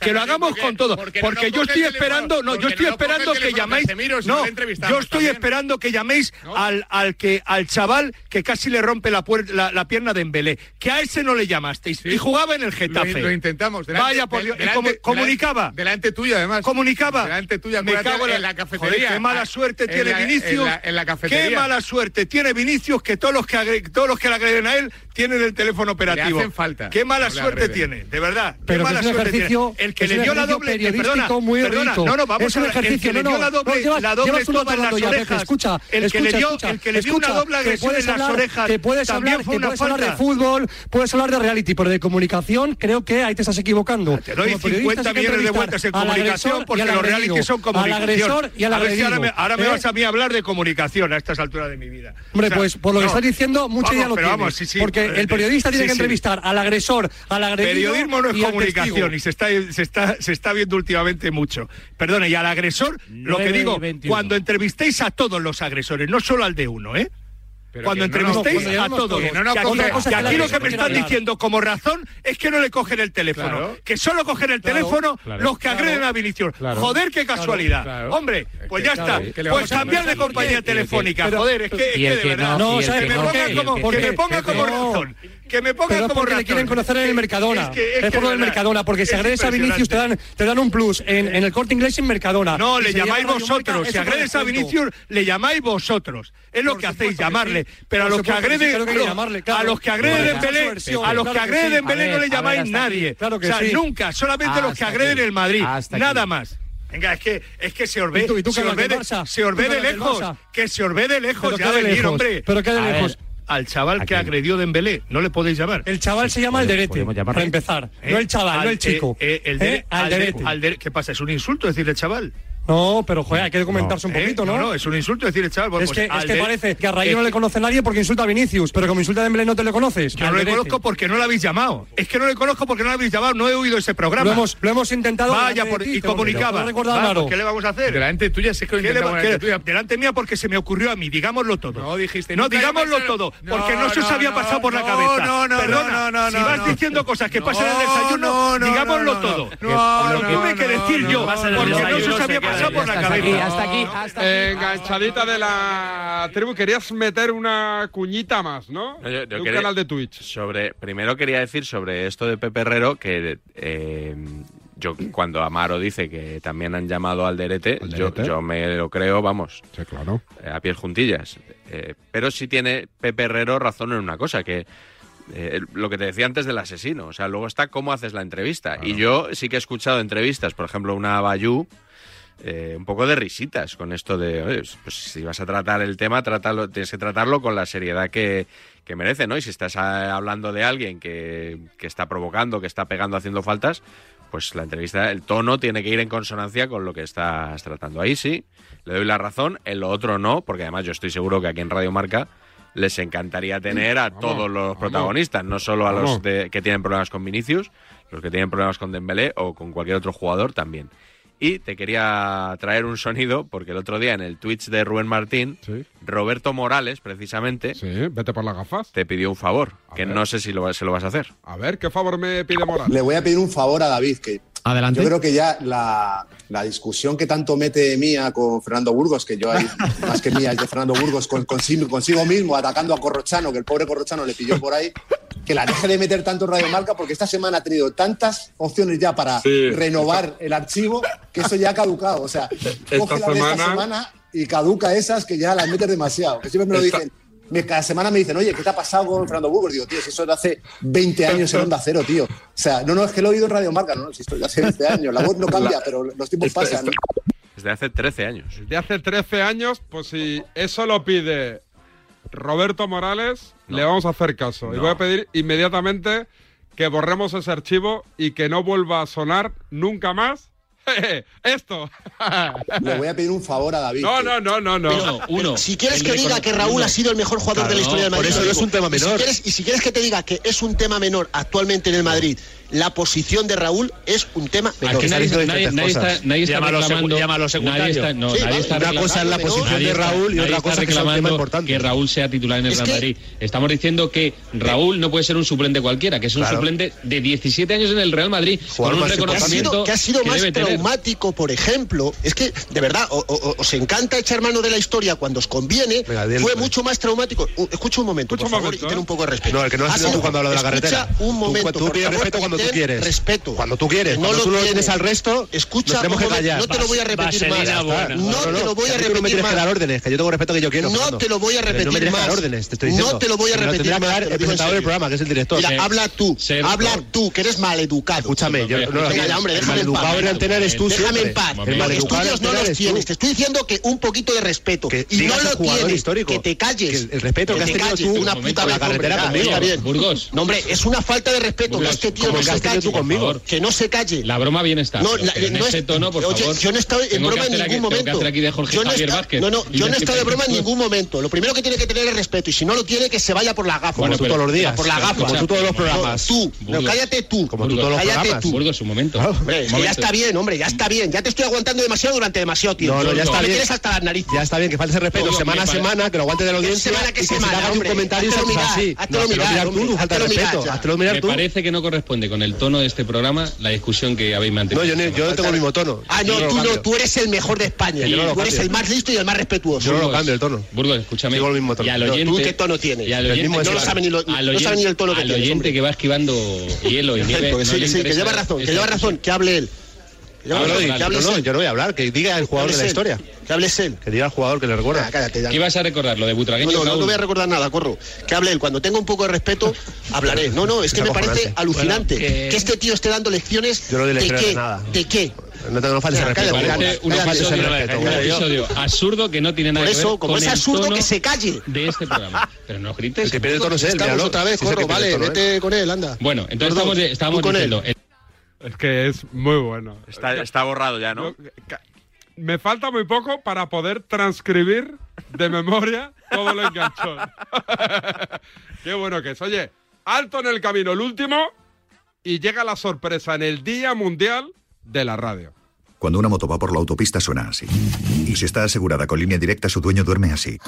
Speaker 3: que lo hagamos con todos pues porque, yo estoy esperando no yo estoy esperando que llamáis no yo estoy esperando que llaméis al, al que al chaval que casi le rompe la, puer- la, la pierna de Embelé que a ese no le llamasteis y jugaba en el Getafe
Speaker 7: Lo, lo intentamos.
Speaker 3: vaya por Dios. Y
Speaker 7: delante-
Speaker 3: comu-
Speaker 7: delante-
Speaker 3: comunicaba
Speaker 7: Delante tuyo, además.
Speaker 3: Comunicaba.
Speaker 7: Delante tuya.
Speaker 3: me
Speaker 7: acuérdate,
Speaker 3: cago en la,
Speaker 7: cafetería.
Speaker 3: Joder, qué mala
Speaker 7: Ah,
Speaker 3: suerte
Speaker 7: en
Speaker 3: tiene
Speaker 7: la- en
Speaker 3: Vinicius.
Speaker 7: la- en la cafetería.
Speaker 3: Qué mala suerte tiene Vinicius que todos los que agre- todos los que le agreden a él tienen el teléfono operativo.
Speaker 7: hacen falta.
Speaker 3: Qué mala
Speaker 7: No le
Speaker 3: suerte
Speaker 7: agreden.
Speaker 3: tiene, de verdad. qué
Speaker 4: Pero que
Speaker 3: mala
Speaker 4: es un
Speaker 3: suerte tiene.
Speaker 4: ejercicio-
Speaker 3: El que
Speaker 4: es un
Speaker 3: le dio la
Speaker 4: ejercicio
Speaker 3: doble eh, perdona,
Speaker 4: periodístico muy
Speaker 3: perdona,
Speaker 4: rico.
Speaker 3: no, no, vamos
Speaker 4: Es un
Speaker 3: a ver, el
Speaker 4: ejercicio,
Speaker 3: que le
Speaker 4: no,
Speaker 3: dio
Speaker 4: no,
Speaker 3: la doble,
Speaker 4: no, llevas-
Speaker 3: la doble
Speaker 4: llevas un
Speaker 3: toma en las
Speaker 4: rato hablando ya,
Speaker 3: orejas.
Speaker 4: Pepe, escucha,
Speaker 3: el que le
Speaker 4: escucha,
Speaker 3: dio,
Speaker 4: escucha,
Speaker 3: el que le dio
Speaker 4: escucha,
Speaker 3: una doble
Speaker 4: que
Speaker 3: agresión
Speaker 4: puedes
Speaker 3: en las
Speaker 4: hablar-
Speaker 3: orejas.
Speaker 4: Que puedes
Speaker 3: también
Speaker 4: hablar,
Speaker 3: fue
Speaker 4: que
Speaker 3: una
Speaker 4: puedes
Speaker 3: falta.
Speaker 4: hablar de fútbol, puedes hablar de reality, pero de comunicación creo que ahí te estás equivocando. Te
Speaker 3: Ah, doy 50 millones de vueltas en comunicación porque los reality son comunicación.
Speaker 4: Al agresor y al
Speaker 3: A ver si
Speaker 4: agredido.
Speaker 3: ahora me, ahora me
Speaker 4: ¿eh?
Speaker 3: vas a mí a hablar de comunicación a estas alturas de mi vida.
Speaker 4: Hombre,
Speaker 3: O sea,
Speaker 4: pues por lo que
Speaker 3: no.
Speaker 4: estás diciendo, mucho
Speaker 3: Vamos,
Speaker 4: ya lo
Speaker 3: pero
Speaker 4: tienes.
Speaker 3: vamos, sí, sí.
Speaker 4: porque el periodista tiene
Speaker 3: Sí,
Speaker 4: que
Speaker 3: sí.
Speaker 4: entrevistar al agresor, al agredido
Speaker 3: Periodismo no es
Speaker 4: y al
Speaker 3: comunicación
Speaker 4: testigo.
Speaker 3: y se está, se, está, se está viendo últimamente mucho. Perdone, y al agresor, lo que
Speaker 4: 9 y
Speaker 3: digo,
Speaker 4: 21.
Speaker 3: cuando entrevistéis a todos los agresores, no solo al de uno, ¿eh?
Speaker 4: Pero
Speaker 3: cuando
Speaker 4: que no nos-
Speaker 3: entrevistéis
Speaker 4: cuando
Speaker 3: a
Speaker 4: llamamos
Speaker 3: todos.
Speaker 4: todos. Que no nos
Speaker 3: Que aquí-
Speaker 4: cogen.
Speaker 3: que
Speaker 4: Claro,
Speaker 3: aquí lo que
Speaker 4: claro,
Speaker 3: me están
Speaker 4: claro.
Speaker 3: diciendo como razón es que no le cogen el teléfono.
Speaker 4: Claro.
Speaker 3: Que solo cogen el
Speaker 4: Claro,
Speaker 3: teléfono
Speaker 4: claro,
Speaker 3: los que
Speaker 4: claro,
Speaker 3: agreden a Vinicius.
Speaker 4: claro,
Speaker 3: Joder, qué
Speaker 4: claro,
Speaker 3: casualidad.
Speaker 4: claro.
Speaker 3: Hombre, pues
Speaker 4: que
Speaker 3: ya está.
Speaker 4: claro, que le
Speaker 3: Pues
Speaker 4: vamos a
Speaker 3: cambiar de
Speaker 4: preguntar por
Speaker 3: compañía
Speaker 4: qué, y el que-
Speaker 3: telefónica.
Speaker 4: pero-
Speaker 3: Joder, es que, es
Speaker 4: y
Speaker 3: que
Speaker 4: el
Speaker 3: de
Speaker 4: que
Speaker 3: verdad.
Speaker 4: no, y el
Speaker 3: que
Speaker 4: que
Speaker 3: me
Speaker 4: no,
Speaker 3: ponga
Speaker 4: y el
Speaker 3: como-
Speaker 4: que-
Speaker 3: que me
Speaker 4: porque-
Speaker 3: ponga como
Speaker 4: porque no.
Speaker 3: razón. Que me ponga
Speaker 4: Pero es
Speaker 3: como
Speaker 4: porque
Speaker 3: razón.
Speaker 4: le quieren conocer en el Mercadona. Es,
Speaker 3: es que- es que
Speaker 4: por lo
Speaker 3: de
Speaker 4: del
Speaker 3: verdad,
Speaker 4: Mercadona, porque si
Speaker 3: es
Speaker 4: agredes a Vinicius te dan, te dan un plus en, en el corte inglés sin Mercadona.
Speaker 3: No,
Speaker 4: Y
Speaker 3: le
Speaker 4: si
Speaker 3: llamáis
Speaker 4: llamas a Radio
Speaker 3: vosotros.
Speaker 4: Marca,
Speaker 3: Si
Speaker 4: es un
Speaker 3: agredes a
Speaker 4: descuento.
Speaker 3: Vinicius, le llamáis vosotros. Es lo que hacéis, llamarle. Pero a
Speaker 4: Por
Speaker 3: los que
Speaker 4: supuesto, sí,
Speaker 3: agreden,
Speaker 4: claro que hay que llamarle, claro.
Speaker 3: a los que agreden
Speaker 4: Bueno,
Speaker 3: en
Speaker 4: esa es su
Speaker 3: Belén,
Speaker 4: versión,
Speaker 3: a los que
Speaker 4: claro que
Speaker 3: agreden
Speaker 4: sí.
Speaker 3: en Belén
Speaker 4: A
Speaker 3: no
Speaker 4: ver,
Speaker 3: le
Speaker 4: hasta
Speaker 3: llamáis
Speaker 4: aquí.
Speaker 3: nadie.
Speaker 4: Claro que
Speaker 3: o sea,
Speaker 4: sí. Ah,
Speaker 3: nunca. Solamente los que
Speaker 4: Hasta
Speaker 3: agreden
Speaker 4: aquí.
Speaker 3: el Madrid.
Speaker 4: Hasta aquí.
Speaker 3: Nada más. Venga, es que, es que se os ve,
Speaker 4: ¿Y tú- y tú
Speaker 3: se
Speaker 4: qué
Speaker 3: os ve de,
Speaker 4: hablas del Barça?
Speaker 3: se os
Speaker 4: ¿Tú
Speaker 3: ve
Speaker 4: qué
Speaker 3: de
Speaker 4: hablas del
Speaker 3: lejos,
Speaker 4: Barça?
Speaker 3: que se os ve de lejos,
Speaker 4: Pero
Speaker 3: Pues ya
Speaker 4: qué de
Speaker 3: venir,
Speaker 4: lejos,
Speaker 3: hombre.
Speaker 4: pero qué de
Speaker 3: A ver,
Speaker 4: lejos.
Speaker 3: Al chaval que agredió de Dembélé, no le podéis llamar. Pues
Speaker 4: El chaval se llama el derete, para empezar.
Speaker 3: ¿Eh?
Speaker 4: No el chaval, no
Speaker 3: Al-
Speaker 4: el chico.
Speaker 3: eh, eh, el
Speaker 4: ¿Eh?
Speaker 3: dere- al
Speaker 4: Al
Speaker 3: dere-
Speaker 4: derete.
Speaker 3: al dere- ¿Qué pasa? Es un insulto decirle chaval.
Speaker 4: No, pero joder, hay que documentarse un
Speaker 3: ¿Eh?
Speaker 4: poquito, ¿no?
Speaker 3: No, es un insulto decirle chaval. Bueno,
Speaker 4: Es
Speaker 3: pues,
Speaker 4: que,
Speaker 3: al
Speaker 4: es que
Speaker 3: dere-
Speaker 4: parece que a Rayo no
Speaker 3: Es
Speaker 4: le conoce nadie porque insulta a Vinicius, pero como insulta a Dembélé no te le conoces.
Speaker 3: Yo no le conozco porque no lo habéis llamado. Es que no le conozco porque no lo habéis llamado. No he oído ese programa.
Speaker 4: Lo hemos- lo hemos intentado
Speaker 3: Vaya,
Speaker 4: delante de
Speaker 3: por,
Speaker 4: ti,
Speaker 3: y
Speaker 4: te lo- te
Speaker 3: comunicaba.
Speaker 4: lo he recordado,
Speaker 3: Vamos,
Speaker 4: Naro.
Speaker 3: ¿Qué le vamos a hacer? Delante tuya, sí que
Speaker 4: lo intentamos delante
Speaker 3: Delante mía porque se me ocurrió a mí. Digámoslo todo. No dijiste No,
Speaker 4: nunca
Speaker 3: digámoslo
Speaker 4: llamáis al-
Speaker 3: todo.
Speaker 4: No,
Speaker 3: Porque no, se os
Speaker 4: Ah, no,
Speaker 3: había
Speaker 4: no,
Speaker 3: pasado por la
Speaker 4: no,
Speaker 3: cabeza.
Speaker 4: no, no,
Speaker 3: Perdona,
Speaker 4: no, no,
Speaker 3: si
Speaker 4: no,
Speaker 3: vas
Speaker 4: no.
Speaker 3: diciendo cosas que
Speaker 4: No,
Speaker 3: pasan en el desayuno,
Speaker 4: no, no,
Speaker 3: digámoslo
Speaker 4: no, no.
Speaker 3: todo.
Speaker 4: No,
Speaker 3: lo
Speaker 4: no,
Speaker 3: tuve que
Speaker 4: no,
Speaker 3: decir
Speaker 4: no,
Speaker 3: yo
Speaker 4: no, pasa en el
Speaker 3: porque no se
Speaker 4: desayuno,
Speaker 3: os había
Speaker 4: se
Speaker 3: pasado
Speaker 4: queda
Speaker 3: por la
Speaker 4: hasta aquí,
Speaker 3: cabeza.
Speaker 4: hasta aquí,
Speaker 1: Enganchadita de la tribu, querías meter una cuñita más, ¿no?
Speaker 2: No, Eh, yo- yo
Speaker 1: De un
Speaker 2: quería-
Speaker 1: canal de Twitch.
Speaker 2: Sobre, primero quería decir sobre esto de Pepe Herrero que eh, yo cuando Amaro dice que también han llamado al Derete, yo,
Speaker 1: Derete.
Speaker 2: yo me lo creo, vamos,
Speaker 1: Sí, claro.
Speaker 2: eh, a pies juntillas. Eh, pero sí tiene Pepe Herrero razón en una cosa, que eh, lo que te decía antes del asesino, o sea, luego está cómo haces la entrevista. Y yo sí que he escuchado entrevistas, por ejemplo, una a Bayú, eh, un poco de risitas con esto de, oye, pues si vas a tratar el tema, trátalo, tienes que tratarlo con la seriedad que, que merece, ¿no? Y si estás ah, hablando de alguien que, que está provocando, que está pegando, haciendo faltas, pues la entrevista, el tono tiene que ir en consonancia con lo que estás tratando. Ahí sí, le doy la razón, en lo otro no, porque además yo estoy seguro que aquí en Radio Marca les encantaría tener a todos los protagonistas, no solo a los
Speaker 1: Vamos.
Speaker 2: de- que tienen problemas con Vinicius, los que tienen problemas con Dembélé o con cualquier otro jugador también. Y te quería traer un sonido, porque el otro día en el Twitch de Rubén Martín, Roberto Morales, precisamente,
Speaker 1: vete por las gafas.
Speaker 2: te pidió un favor, que no sé si lo, va- se lo vas a hacer.
Speaker 1: A ver, ¿qué favor me pide Morales?
Speaker 9: Le voy a pedir un favor a David, que
Speaker 1: Adelante.
Speaker 9: yo creo que ya la, la discusión que tanto mete mía con Fernando Burgos, que yo hay más que mía es de Fernando Burgos, con, consigo, consigo mismo, atacando a Corrochano, que el pobre Corrochano le pilló por ahí,
Speaker 3: que la deje de meter tanto en Radio Marca porque esta semana ha tenido tantas opciones ya para
Speaker 1: Sí.
Speaker 3: renovar el archivo que eso ya ha caducado. O sea,
Speaker 1: Esta
Speaker 3: coge la de esta
Speaker 1: semana-
Speaker 3: semana y caduca esas que ya las metes demasiado. Que siempre me lo
Speaker 1: Esta-
Speaker 3: dicen. Me- cada semana me dicen, oye, ¿qué te ha pasado con Fernando Burgos? Digo, tío, si eso de hace 20 años en Onda Cero, tío. O sea, no, no, es que lo he oído en Radio Marca, no, no, si esto es de hace 20 años. La voz no cambia,
Speaker 2: La-
Speaker 3: pero los tiempos
Speaker 2: Esto-
Speaker 3: pasan.
Speaker 2: Desde hace 13 años.
Speaker 1: De hace 13 años, pues si eso lo pide Roberto Morales, le vamos a hacer caso. Y
Speaker 2: No.
Speaker 1: voy a pedir inmediatamente que borremos ese archivo y que no vuelva a sonar nunca más esto.
Speaker 3: Le voy a pedir un favor a David.
Speaker 1: No,
Speaker 3: tío.
Speaker 1: no, no, no, no.
Speaker 10: Si quieres que diga que Raúl ha sido el mejor jugador
Speaker 3: Claro,
Speaker 10: de la historia del
Speaker 3: por
Speaker 10: Madrid,
Speaker 3: eso
Speaker 10: lo
Speaker 3: no es
Speaker 10: digo.
Speaker 3: un tema
Speaker 10: Y si
Speaker 3: menor.
Speaker 10: quieres- y si quieres que te diga que es un tema menor actualmente en el Madrid, la posición de Raúl es un tema menor.
Speaker 4: Aquí nadie, nadie- nadie está, nadie está reclamando. nadie está, no,
Speaker 10: Sí, vamos,
Speaker 4: nadie está
Speaker 10: una
Speaker 4: reclamando-
Speaker 10: cosa es la
Speaker 4: nadie
Speaker 10: posición de
Speaker 4: está-
Speaker 10: Raúl y
Speaker 4: nadie
Speaker 10: otra
Speaker 4: está
Speaker 10: cosa es que sea un tema
Speaker 4: reclamando
Speaker 10: importante.
Speaker 4: que Real sea titular en el
Speaker 10: Es
Speaker 4: Real
Speaker 10: que-
Speaker 4: Madrid. Estamos diciendo que Raúl no puede ser un suplente cualquiera, que es un
Speaker 10: Claro.
Speaker 4: suplente de 17 años en el Real Madrid con un
Speaker 10: que ha sido,
Speaker 4: reconocimiento
Speaker 10: que ha sido más
Speaker 4: debe tener.
Speaker 10: traumático, por ejemplo. Es que, de verdad, o- o- o- os encanta echar mano de la historia cuando os conviene.
Speaker 21: di el
Speaker 10: fue
Speaker 21: nombre.
Speaker 10: mucho más traumático. Uh, Escucha un momento, por favor, y
Speaker 1: ¿eh?
Speaker 10: ten un poco de respeto.
Speaker 21: No, el que no has
Speaker 10: Ha
Speaker 21: sido tú
Speaker 10: sido-
Speaker 21: cuando hablas de la
Speaker 10: escucha
Speaker 21: carretera.
Speaker 10: un
Speaker 21: Tú-
Speaker 10: momento,
Speaker 21: Tú,
Speaker 10: por
Speaker 21: pides
Speaker 10: favor,
Speaker 21: respeto cuando tú
Speaker 10: ten
Speaker 21: quieres.
Speaker 10: Respeto.
Speaker 21: Cuando tú quieres.
Speaker 10: No
Speaker 21: cuando
Speaker 10: lo
Speaker 21: tú no lo
Speaker 10: tienes.
Speaker 21: tienes al resto,
Speaker 10: Escucha,
Speaker 21: nos tenemos
Speaker 10: un
Speaker 21: que
Speaker 10: momento,
Speaker 21: callar.
Speaker 10: no te lo voy a repetir Vaselina más. buena. No te lo voy a
Speaker 21: que Tú no me
Speaker 10: repetir
Speaker 21: tienes que
Speaker 10: más.
Speaker 21: dar órdenes, que yo tengo respeto que yo quiero.
Speaker 10: No
Speaker 21: Fernando.
Speaker 10: te lo voy a
Speaker 21: Pero
Speaker 10: repetir
Speaker 21: No me tienes que dar
Speaker 10: más.
Speaker 21: órdenes, te estoy
Speaker 10: No
Speaker 21: diciendo.
Speaker 10: te lo voy a
Speaker 21: Que me
Speaker 10: repetir
Speaker 21: tendría que
Speaker 10: más,
Speaker 21: dar
Speaker 10: te lo
Speaker 21: el
Speaker 10: digo en
Speaker 21: presentador del
Speaker 10: serio.
Speaker 21: programa, que es el director.
Speaker 10: Mira, habla tú,
Speaker 21: ser
Speaker 10: habla
Speaker 21: educado.
Speaker 10: tú, que eres maleducado.
Speaker 21: Escúchame, yo no
Speaker 10: Venga,
Speaker 21: lo
Speaker 10: ya, hombre, déjame
Speaker 21: el
Speaker 10: en
Speaker 21: maleducado
Speaker 10: paz.
Speaker 21: en antena eres tú
Speaker 10: Déjame
Speaker 21: siempre.
Speaker 10: en paz.
Speaker 21: El
Speaker 10: Los
Speaker 21: maleducado en
Speaker 10: estudios no
Speaker 21: antena
Speaker 10: los
Speaker 21: eres tú.
Speaker 10: tienes. Te estoy diciendo que un poquito de respeto.
Speaker 21: Que
Speaker 10: y no
Speaker 21: digas al
Speaker 10: lo
Speaker 21: jugador
Speaker 10: tienes.
Speaker 21: histórico.
Speaker 10: Que te calles.
Speaker 21: Que el respeto que
Speaker 10: te
Speaker 21: has tenido
Speaker 10: calles,
Speaker 21: tú
Speaker 10: una
Speaker 21: con
Speaker 10: puta
Speaker 21: la
Speaker 10: vez,
Speaker 21: carretera
Speaker 10: hombre,
Speaker 21: conmigo.
Speaker 10: está bien.
Speaker 21: Burgos.
Speaker 10: No, hombre, es una falta de respeto que
Speaker 4: Burgos,
Speaker 10: este tío
Speaker 4: como
Speaker 10: no
Speaker 4: el
Speaker 10: se
Speaker 4: que has
Speaker 10: calle.
Speaker 4: tenido tú conmigo.
Speaker 10: Por favor. Que no se calle.
Speaker 4: La broma bien está.
Speaker 10: No,
Speaker 4: pero
Speaker 10: la- eh,
Speaker 4: que en
Speaker 10: no
Speaker 4: este
Speaker 10: es-
Speaker 4: tono, por
Speaker 10: oye,
Speaker 4: favor.
Speaker 10: yo no he estado en
Speaker 4: tengo que
Speaker 10: broma en
Speaker 4: hacer aquí-
Speaker 10: ningún
Speaker 4: tengo que
Speaker 10: momento.
Speaker 4: hacer aquí de Jorge
Speaker 10: Yo no he
Speaker 4: Javier
Speaker 10: estado-
Speaker 4: Vázquez.
Speaker 10: No, no, yo no he
Speaker 4: Dices
Speaker 10: estado de
Speaker 4: que-
Speaker 10: broma en ningún momento. Lo primero que tiene que tener es respeto. Y si no lo tiene, que se vaya por la gafa.
Speaker 21: Como tú todos los días.
Speaker 10: Por la gafa.
Speaker 21: Como tú todos los programas.
Speaker 10: No, tú. No,
Speaker 21: Burgos.
Speaker 10: cállate tú.
Speaker 21: Como tú todos los
Speaker 10: cállate
Speaker 21: programas.
Speaker 10: tú.
Speaker 4: Burgos, un momento.
Speaker 10: Hombre, es que ya está bien, hombre, ya está bien. Ya te estoy aguantando demasiado durante demasiado tiempo.
Speaker 21: No, no, ya está
Speaker 10: Me
Speaker 21: bien.
Speaker 10: tienes hasta las narices.
Speaker 21: Ya está bien, que falte ese respeto
Speaker 10: Burgos,
Speaker 21: semana
Speaker 10: me
Speaker 21: a
Speaker 10: parece-
Speaker 21: semana, que lo aguantes de la
Speaker 10: ¿Qué
Speaker 21: audiencia.
Speaker 10: semana, qué
Speaker 21: y que
Speaker 10: semana,
Speaker 21: se te haga un
Speaker 10: hombre?
Speaker 21: comentario
Speaker 10: Háztelo
Speaker 21: y se
Speaker 10: mirar,
Speaker 21: Pues así.
Speaker 10: háztelo
Speaker 21: hazte
Speaker 10: mirar,
Speaker 21: mirar tú,
Speaker 10: hombre,
Speaker 21: tu falta de
Speaker 10: háztelo mirar
Speaker 21: respeto.
Speaker 10: ya.
Speaker 21: Hazte lo mirar
Speaker 4: Me
Speaker 21: tú.
Speaker 4: parece que no corresponde con el tono de este programa la discusión que habéis mantenido.
Speaker 21: No, yo, ni- yo no tengo el mismo tono.
Speaker 10: Ah, no,
Speaker 21: Yo lo
Speaker 10: tú no,
Speaker 21: cambio.
Speaker 10: tú eres el mejor de España.
Speaker 21: Que yo no lo
Speaker 10: tú eres
Speaker 21: cambio.
Speaker 10: el más listo y el más respetuoso.
Speaker 21: Yo no lo cambio el tono.
Speaker 4: Burgos, escúchame.
Speaker 21: Digo el mismo tono.
Speaker 4: Y al
Speaker 21: No,
Speaker 4: oyente,
Speaker 21: ¿tú qué tono tienes?
Speaker 4: Y al
Speaker 21: El
Speaker 4: oyente,
Speaker 21: mismo de
Speaker 4: que va-
Speaker 21: siempre.
Speaker 10: No lo sabe ni lo-
Speaker 4: al
Speaker 10: no sabe ni el tono que
Speaker 4: al
Speaker 10: tienes,
Speaker 4: oyente
Speaker 10: hombre.
Speaker 4: que va esquivando hielo
Speaker 21: Pues
Speaker 4: y nieve.
Speaker 10: Perfecto, que
Speaker 4: no
Speaker 10: sí,
Speaker 4: le
Speaker 10: que sí, que
Speaker 4: interesa
Speaker 10: lleva razón, que lleva
Speaker 4: esta
Speaker 10: razón, que hable él. Que
Speaker 21: No,
Speaker 10: hable
Speaker 21: no,
Speaker 10: él,
Speaker 21: y-
Speaker 10: que hable
Speaker 21: no, no,
Speaker 10: él.
Speaker 21: yo no voy a hablar, que diga el jugador de la
Speaker 10: él.
Speaker 21: historia.
Speaker 10: Que hables él.
Speaker 21: Que diga el jugador que le recuerda.
Speaker 10: Ah, cállate ya.
Speaker 4: ¿Qué vas a recordar? ¿Lo de Butragueño?
Speaker 10: No, no, no,
Speaker 4: Raúl?
Speaker 10: no voy a recordar nada, corro. Que hable él. Cuando tenga un poco de respeto, hablaré. No, no, es que
Speaker 21: Es
Speaker 10: me parece
Speaker 21: acojonante.
Speaker 10: alucinante
Speaker 21: Bueno,
Speaker 10: que...
Speaker 21: que-
Speaker 10: este tío esté dando lecciones
Speaker 21: Yo no doy
Speaker 10: de
Speaker 21: lecciones
Speaker 10: qué.
Speaker 21: de nada.
Speaker 10: ¿De qué?
Speaker 21: No te no faltes el
Speaker 10: Mira, cállate,
Speaker 21: respeto. Burgos.
Speaker 10: cállate, un
Speaker 21: Cállate ese
Speaker 10: episodio,
Speaker 21: respeto,
Speaker 4: Un
Speaker 21: hombre, yo-
Speaker 4: episodio absurdo que no tiene nada
Speaker 21: Por
Speaker 4: que ver
Speaker 21: eso, como
Speaker 4: con
Speaker 21: es
Speaker 4: el
Speaker 21: absurdo,
Speaker 4: tono
Speaker 21: que
Speaker 10: se calle.
Speaker 4: de este programa. Pero no grites.
Speaker 21: El que pierde el tono es él,
Speaker 4: Estamos
Speaker 21: míralo.
Speaker 4: otra vez,
Speaker 21: Sí, es el
Speaker 4: Corro,
Speaker 21: que pierde el
Speaker 4: vale,
Speaker 21: tono, ¿eh?
Speaker 10: Vete con él, anda.
Speaker 4: Bueno, entonces
Speaker 10: Gordo,
Speaker 4: estamos, de-
Speaker 10: tú
Speaker 4: estábamos
Speaker 10: con él.
Speaker 4: diciendo. el-
Speaker 1: Es que es muy bueno.
Speaker 2: Está, está borrado ya, ¿no?
Speaker 1: Me falta muy poco para poder transcribir de memoria todo lo enganchón. Qué bueno que es. Oye, alto en el camino, el último, y llega la sorpresa en el Día Mundial de la Radio.
Speaker 37: Cuando una moto va por la autopista suena así. Y si está asegurada con línea directa, su dueño duerme así.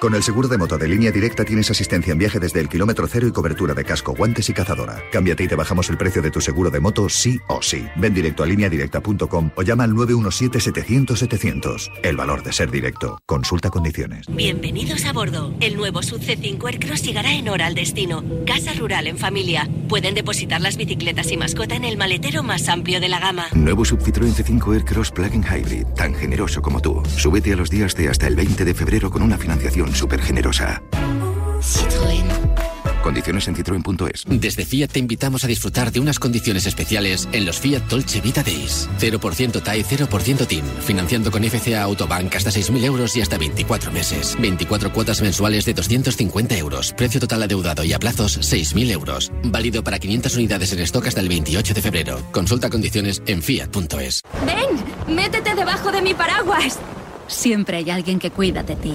Speaker 37: Con el seguro de moto de línea directa tienes asistencia en viaje desde el kilómetro cero y cobertura de casco, guantes y cazadora. Cámbiate y te bajamos el precio de tu seguro de moto sí o sí. Ven directo a lineadirecta.com o llama al 917-700-700. El valor de ser directo. Consulta condiciones.
Speaker 5: Bienvenidos a bordo. El nuevo Sub C5 Aircross llegará en hora al destino. Casa rural en familia. Pueden depositar las bicicletas y mascota en el maletero más amplio de la gama.
Speaker 52: Nuevo Sub Citroën C5 Aircross Plug-in Hybrid, tan generoso como tú. Súbete a los días de hasta el 20 de febrero con una financiación súper generosa. Condiciones en citroen.es.
Speaker 53: Desde Fiat te invitamos a disfrutar de unas condiciones especiales en los Fiat Dolce Vita Days. 0% TAE, 0% TIN. Financiando con FCA Autobank hasta 6.000 euros y hasta 24 meses. 24 cuotas mensuales de 250 euros. Precio total adeudado y a plazos 6.000 euros. Válido para 500 unidades en stock hasta el 28 de febrero. Consulta condiciones en fiat.es.
Speaker 35: Ven, métete debajo de mi paraguas. Siempre hay alguien que cuida de ti.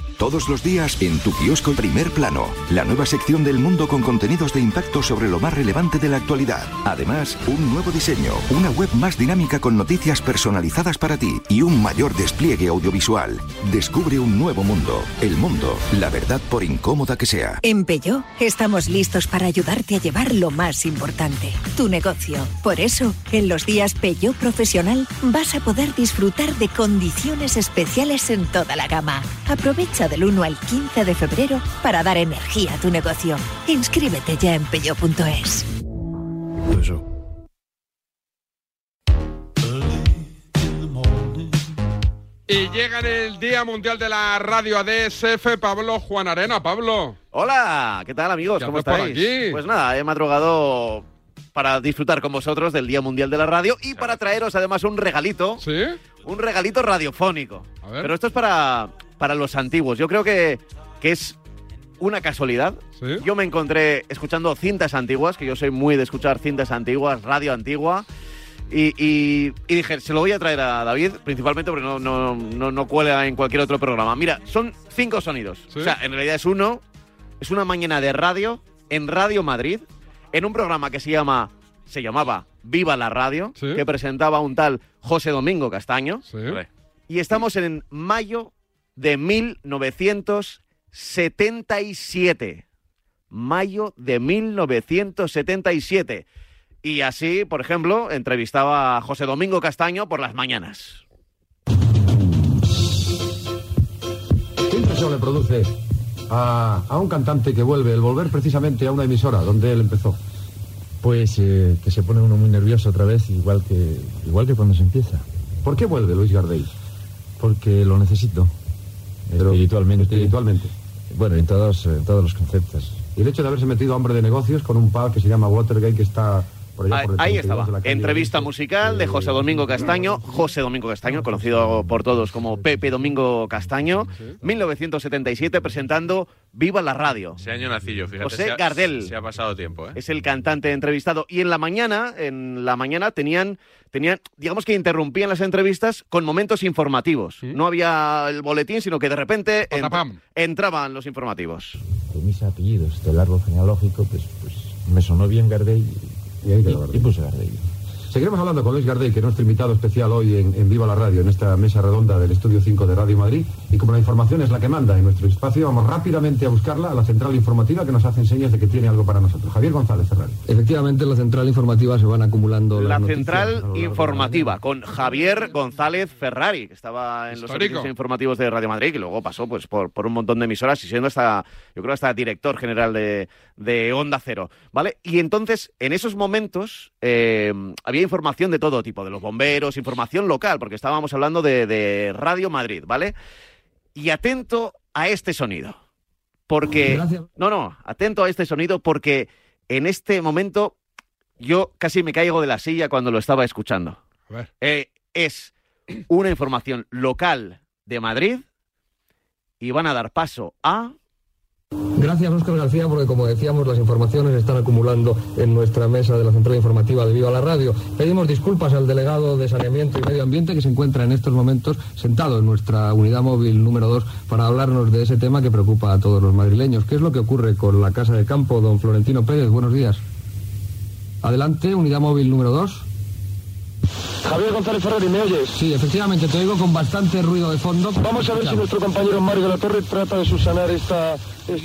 Speaker 52: Todos los días en tu kiosco Primer Plano, la nueva sección del mundo con contenidos de impacto sobre lo más relevante de la actualidad. Además, un nuevo diseño, una web más dinámica con noticias personalizadas para ti y un mayor despliegue audiovisual. Descubre un nuevo mundo, el mundo, la verdad por incómoda que sea.
Speaker 5: En Peugeot estamos listos para ayudarte a llevar lo más importante, tu negocio. Por eso, en los días Peugeot Profesional vas a poder disfrutar de condiciones especiales en toda la gama. Aprovecha del 1 al 15 de febrero para dar energía a tu negocio. Inscríbete ya en peugeot.es.
Speaker 1: Y llega en el Día Mundial de la Radio ADSF, Pablo Juan Arena. Pablo.
Speaker 8: Oh, Hola, ¿qué tal amigos?
Speaker 1: ¿Qué
Speaker 8: ¿Cómo
Speaker 1: haces por
Speaker 8: estáis?
Speaker 1: aquí?
Speaker 8: Pues nada, he madrugado para disfrutar con vosotros del Día Mundial de la Radio y para traeros además un regalito.
Speaker 1: ¿Sí?
Speaker 8: Un regalito radiofónico. Pero esto es para, para los antiguos. Yo creo que, que es una casualidad. Yo me encontré escuchando cintas antiguas, que yo soy muy de escuchar cintas antiguas, radio antigua. Y, y- y dije, se lo voy a traer a David, principalmente porque no, no, no, no cuela en cualquier otro programa. Mira, son cinco sonidos. O sea, en realidad es uno, es una mañana de radio en Radio Madrid, en un programa que se llama se llamaba Viva la Radio, que presentaba un tal José Domingo Castaño. Y estamos en mayo de 1977. Mayo de 1977. Y así, por ejemplo, entrevistaba a José Domingo Castaño por las mañanas.
Speaker 11: ¿Qué impresión le produce a, a un cantante que vuelve, el volver precisamente a una emisora donde él empezó?
Speaker 54: Pues eh, que se pone uno muy nervioso otra vez, igual que, igual que cuando se empieza.
Speaker 11: ¿Por qué vuelve Luis Gardel?
Speaker 54: Porque lo necesito. espiritualmente.
Speaker 11: espiritualmente.
Speaker 54: Bueno, en todos, en todos los conceptos.
Speaker 11: Y el hecho de haberse metido a hombre de negocios con un pub que se llama Watergate, que está por allá
Speaker 8: Ahí,
Speaker 11: por el
Speaker 8: ahí
Speaker 11: 32
Speaker 8: estaba.
Speaker 11: de la calle.
Speaker 8: Entrevista musical de José Domingo Castaño. José Domingo Castaño, conocido por todos como Pepe Domingo Castaño, 1977, presentando Viva la Radio.
Speaker 2: Ese año nací yo, fíjate.
Speaker 8: José
Speaker 2: se ha-
Speaker 8: Gardel.
Speaker 2: Se ha pasado tiempo, ¿eh?
Speaker 8: Es el cantante entrevistado. Y en la mañana, en la mañana tenían, tenían digamos que interrumpían las entrevistas con momentos informativos. No había el boletín, sino que de repente ent- entraban los informativos.
Speaker 54: De mis apellidos, del árbol genealógico, pues, pues me sonó bien Gardel y, y, y puse Gardel.
Speaker 11: Seguiremos hablando con Luis Gardel, que es nuestro invitado especial hoy en, en Viva la Radio, en esta mesa redonda del Estudio 5 de Radio Madrid. Y como la información es la que manda en nuestro espacio, vamos rápidamente a buscarla a la central informativa que nos hace señas de que tiene algo para nosotros. Javier González Ferrari.
Speaker 54: Efectivamente, en la central informativa se van acumulando
Speaker 8: La
Speaker 54: las noticias.
Speaker 8: central informativa con Javier González Ferrari, que estaba en los
Speaker 54: Histórico.
Speaker 8: servicios informativos de Radio Madrid, que luego pasó pues por, por un montón de emisoras y siendo hasta, yo creo, hasta director general de, de Onda Cero. ¿Vale? Y entonces, en esos momentos, eh, había información de todo tipo, de los bomberos, información local, porque estábamos hablando de, de Radio Madrid, ¿vale? Y atento a este sonido. Porque. No, no, atento a este sonido, porque en este momento yo casi me caigo de la silla cuando lo estaba escuchando.
Speaker 1: A ver.
Speaker 8: Eh, es una información local de Madrid y van a dar paso a...
Speaker 54: Gracias, Óscar García, porque como decíamos, las informaciones se están acumulando en nuestra mesa de la central informativa de Viva la Radio. Pedimos disculpas al delegado de Saneamiento y Medio Ambiente que se encuentra en estos momentos sentado en nuestra unidad móvil número 2 para hablarnos de ese tema que preocupa a todos los madrileños. ¿Qué es lo que ocurre con la Casa de Campo, don Florentino Pérez? Buenos días. Adelante, unidad móvil número 2. Javier González Ferrari, ¿me oyes? Sí, efectivamente, te oigo con bastante ruido de fondo. Vamos a ver si nuestro compañero Mario de la Torre trata de subsanar esta...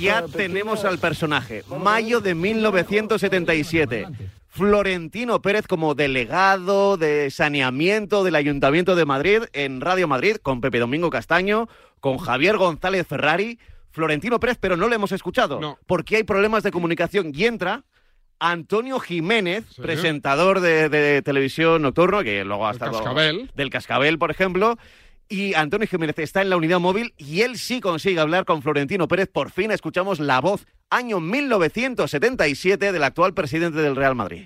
Speaker 8: Ya tenemos al personaje, mayo de 1977. Florentino Pérez como delegado de saneamiento del Ayuntamiento de Madrid en Radio Madrid con Pepe Domingo Castaño, con Javier González Ferrari. Florentino Pérez, pero no le hemos escuchado porque hay problemas de comunicación y entra Antonio Jiménez, presentador de, de televisión nocturno, que luego ha estado
Speaker 1: Cascabel.
Speaker 8: del Cascabel, por ejemplo. Y Antonio Jiménez está en la unidad móvil y él sí consigue hablar con Florentino Pérez. Por fin escuchamos la voz, año 1977, del actual presidente del Real Madrid.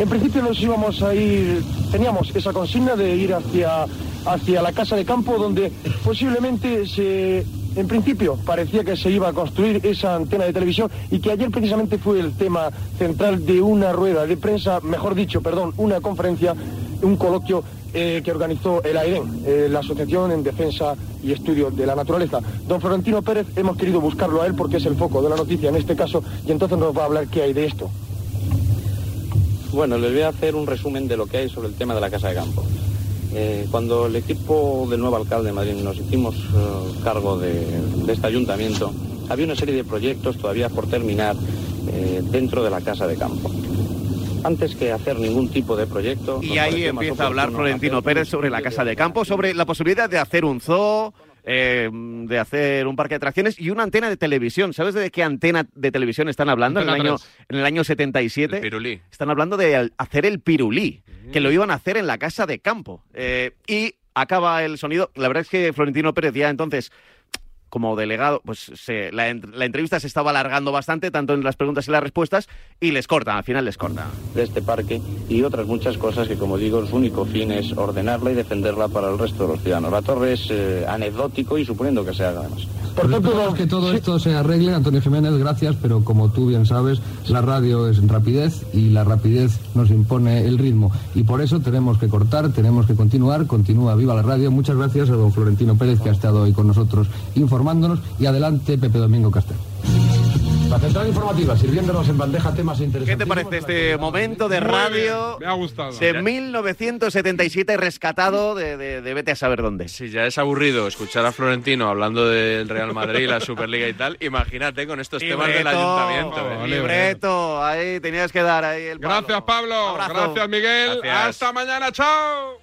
Speaker 54: En principio nos íbamos a ir, teníamos esa consigna de ir hacia, hacia la casa de campo donde posiblemente se, en principio parecía que se iba a construir esa antena de televisión y que ayer precisamente fue el tema central de una rueda de prensa, mejor dicho, perdón, una conferencia, un coloquio
Speaker 3: eh, que organizó el AEDEN, eh, la Asociación en Defensa y Estudio de la Naturaleza. Don Florentino Pérez, hemos querido buscarlo a él porque es el foco de la noticia en este caso y entonces nos va a hablar qué hay de esto.
Speaker 4: Bueno, les voy a hacer un resumen de lo que hay sobre el tema de la Casa de Campo. Eh, cuando el equipo del nuevo alcalde de Madrid nos hicimos eh, cargo de, de este ayuntamiento, había una serie de proyectos todavía por terminar eh, dentro de la Casa de Campo. Antes que hacer ningún tipo de proyecto... nos
Speaker 8: Y ahí
Speaker 4: pareció más
Speaker 8: empieza a hablar
Speaker 4: oportuno
Speaker 8: Florentino
Speaker 4: hacer
Speaker 8: Pérez sobre la casa de campo, sobre la posibilidad de hacer un zoo, eh, de hacer un parque de atracciones y una antena de televisión. ¿Sabes de qué antena de televisión están hablando en el
Speaker 2: Antena
Speaker 8: año,
Speaker 2: tres.
Speaker 8: en el año 77?
Speaker 2: Pirulí.
Speaker 8: Están hablando de al- hacer el pirulí, que lo iban a hacer en la casa de campo. Eh, y acaba el sonido. La verdad es que Florentino Pérez ya entonces, como delegado, pues se- la, en- la entrevista se estaba alargando bastante, tanto en las preguntas y las respuestas, y les corta, al final les corta.
Speaker 4: de este parque y otras muchas cosas que, como digo, su único fin es ordenarla y defenderla para el resto de los ciudadanos. La torre es eh, anecdótico y suponiendo que se haga además.
Speaker 54: Pues esperamos que todo esto se arregle, Antonio Jiménez, gracias, pero como tú bien sabes, la radio es rapidez y la rapidez nos impone el ritmo. Y por eso tenemos que cortar, tenemos que continuar, continúa viva la radio. Muchas gracias a don Florentino Pérez que ha estado hoy con nosotros informándonos y adelante Pepe Domingo Castel.
Speaker 55: La central informativa, sirviéndonos en bandeja temas
Speaker 8: ¿Qué te
Speaker 55: interesantes.
Speaker 8: parece este momento de
Speaker 55: Muy bien,
Speaker 8: radio de 1977 rescatado de, de- de vete a saber dónde?
Speaker 2: Si ya es aburrido escuchar a Florentino hablando del Real Madrid, la Superliga y tal, imagínate con estos temas del
Speaker 8: Libreto,
Speaker 2: ayuntamiento. ¿eh?
Speaker 8: Libreto, ahí tenías que dar ahí el
Speaker 2: Gracias,
Speaker 56: Pablo. Gracias, Miguel. Hasta mañana. Chao.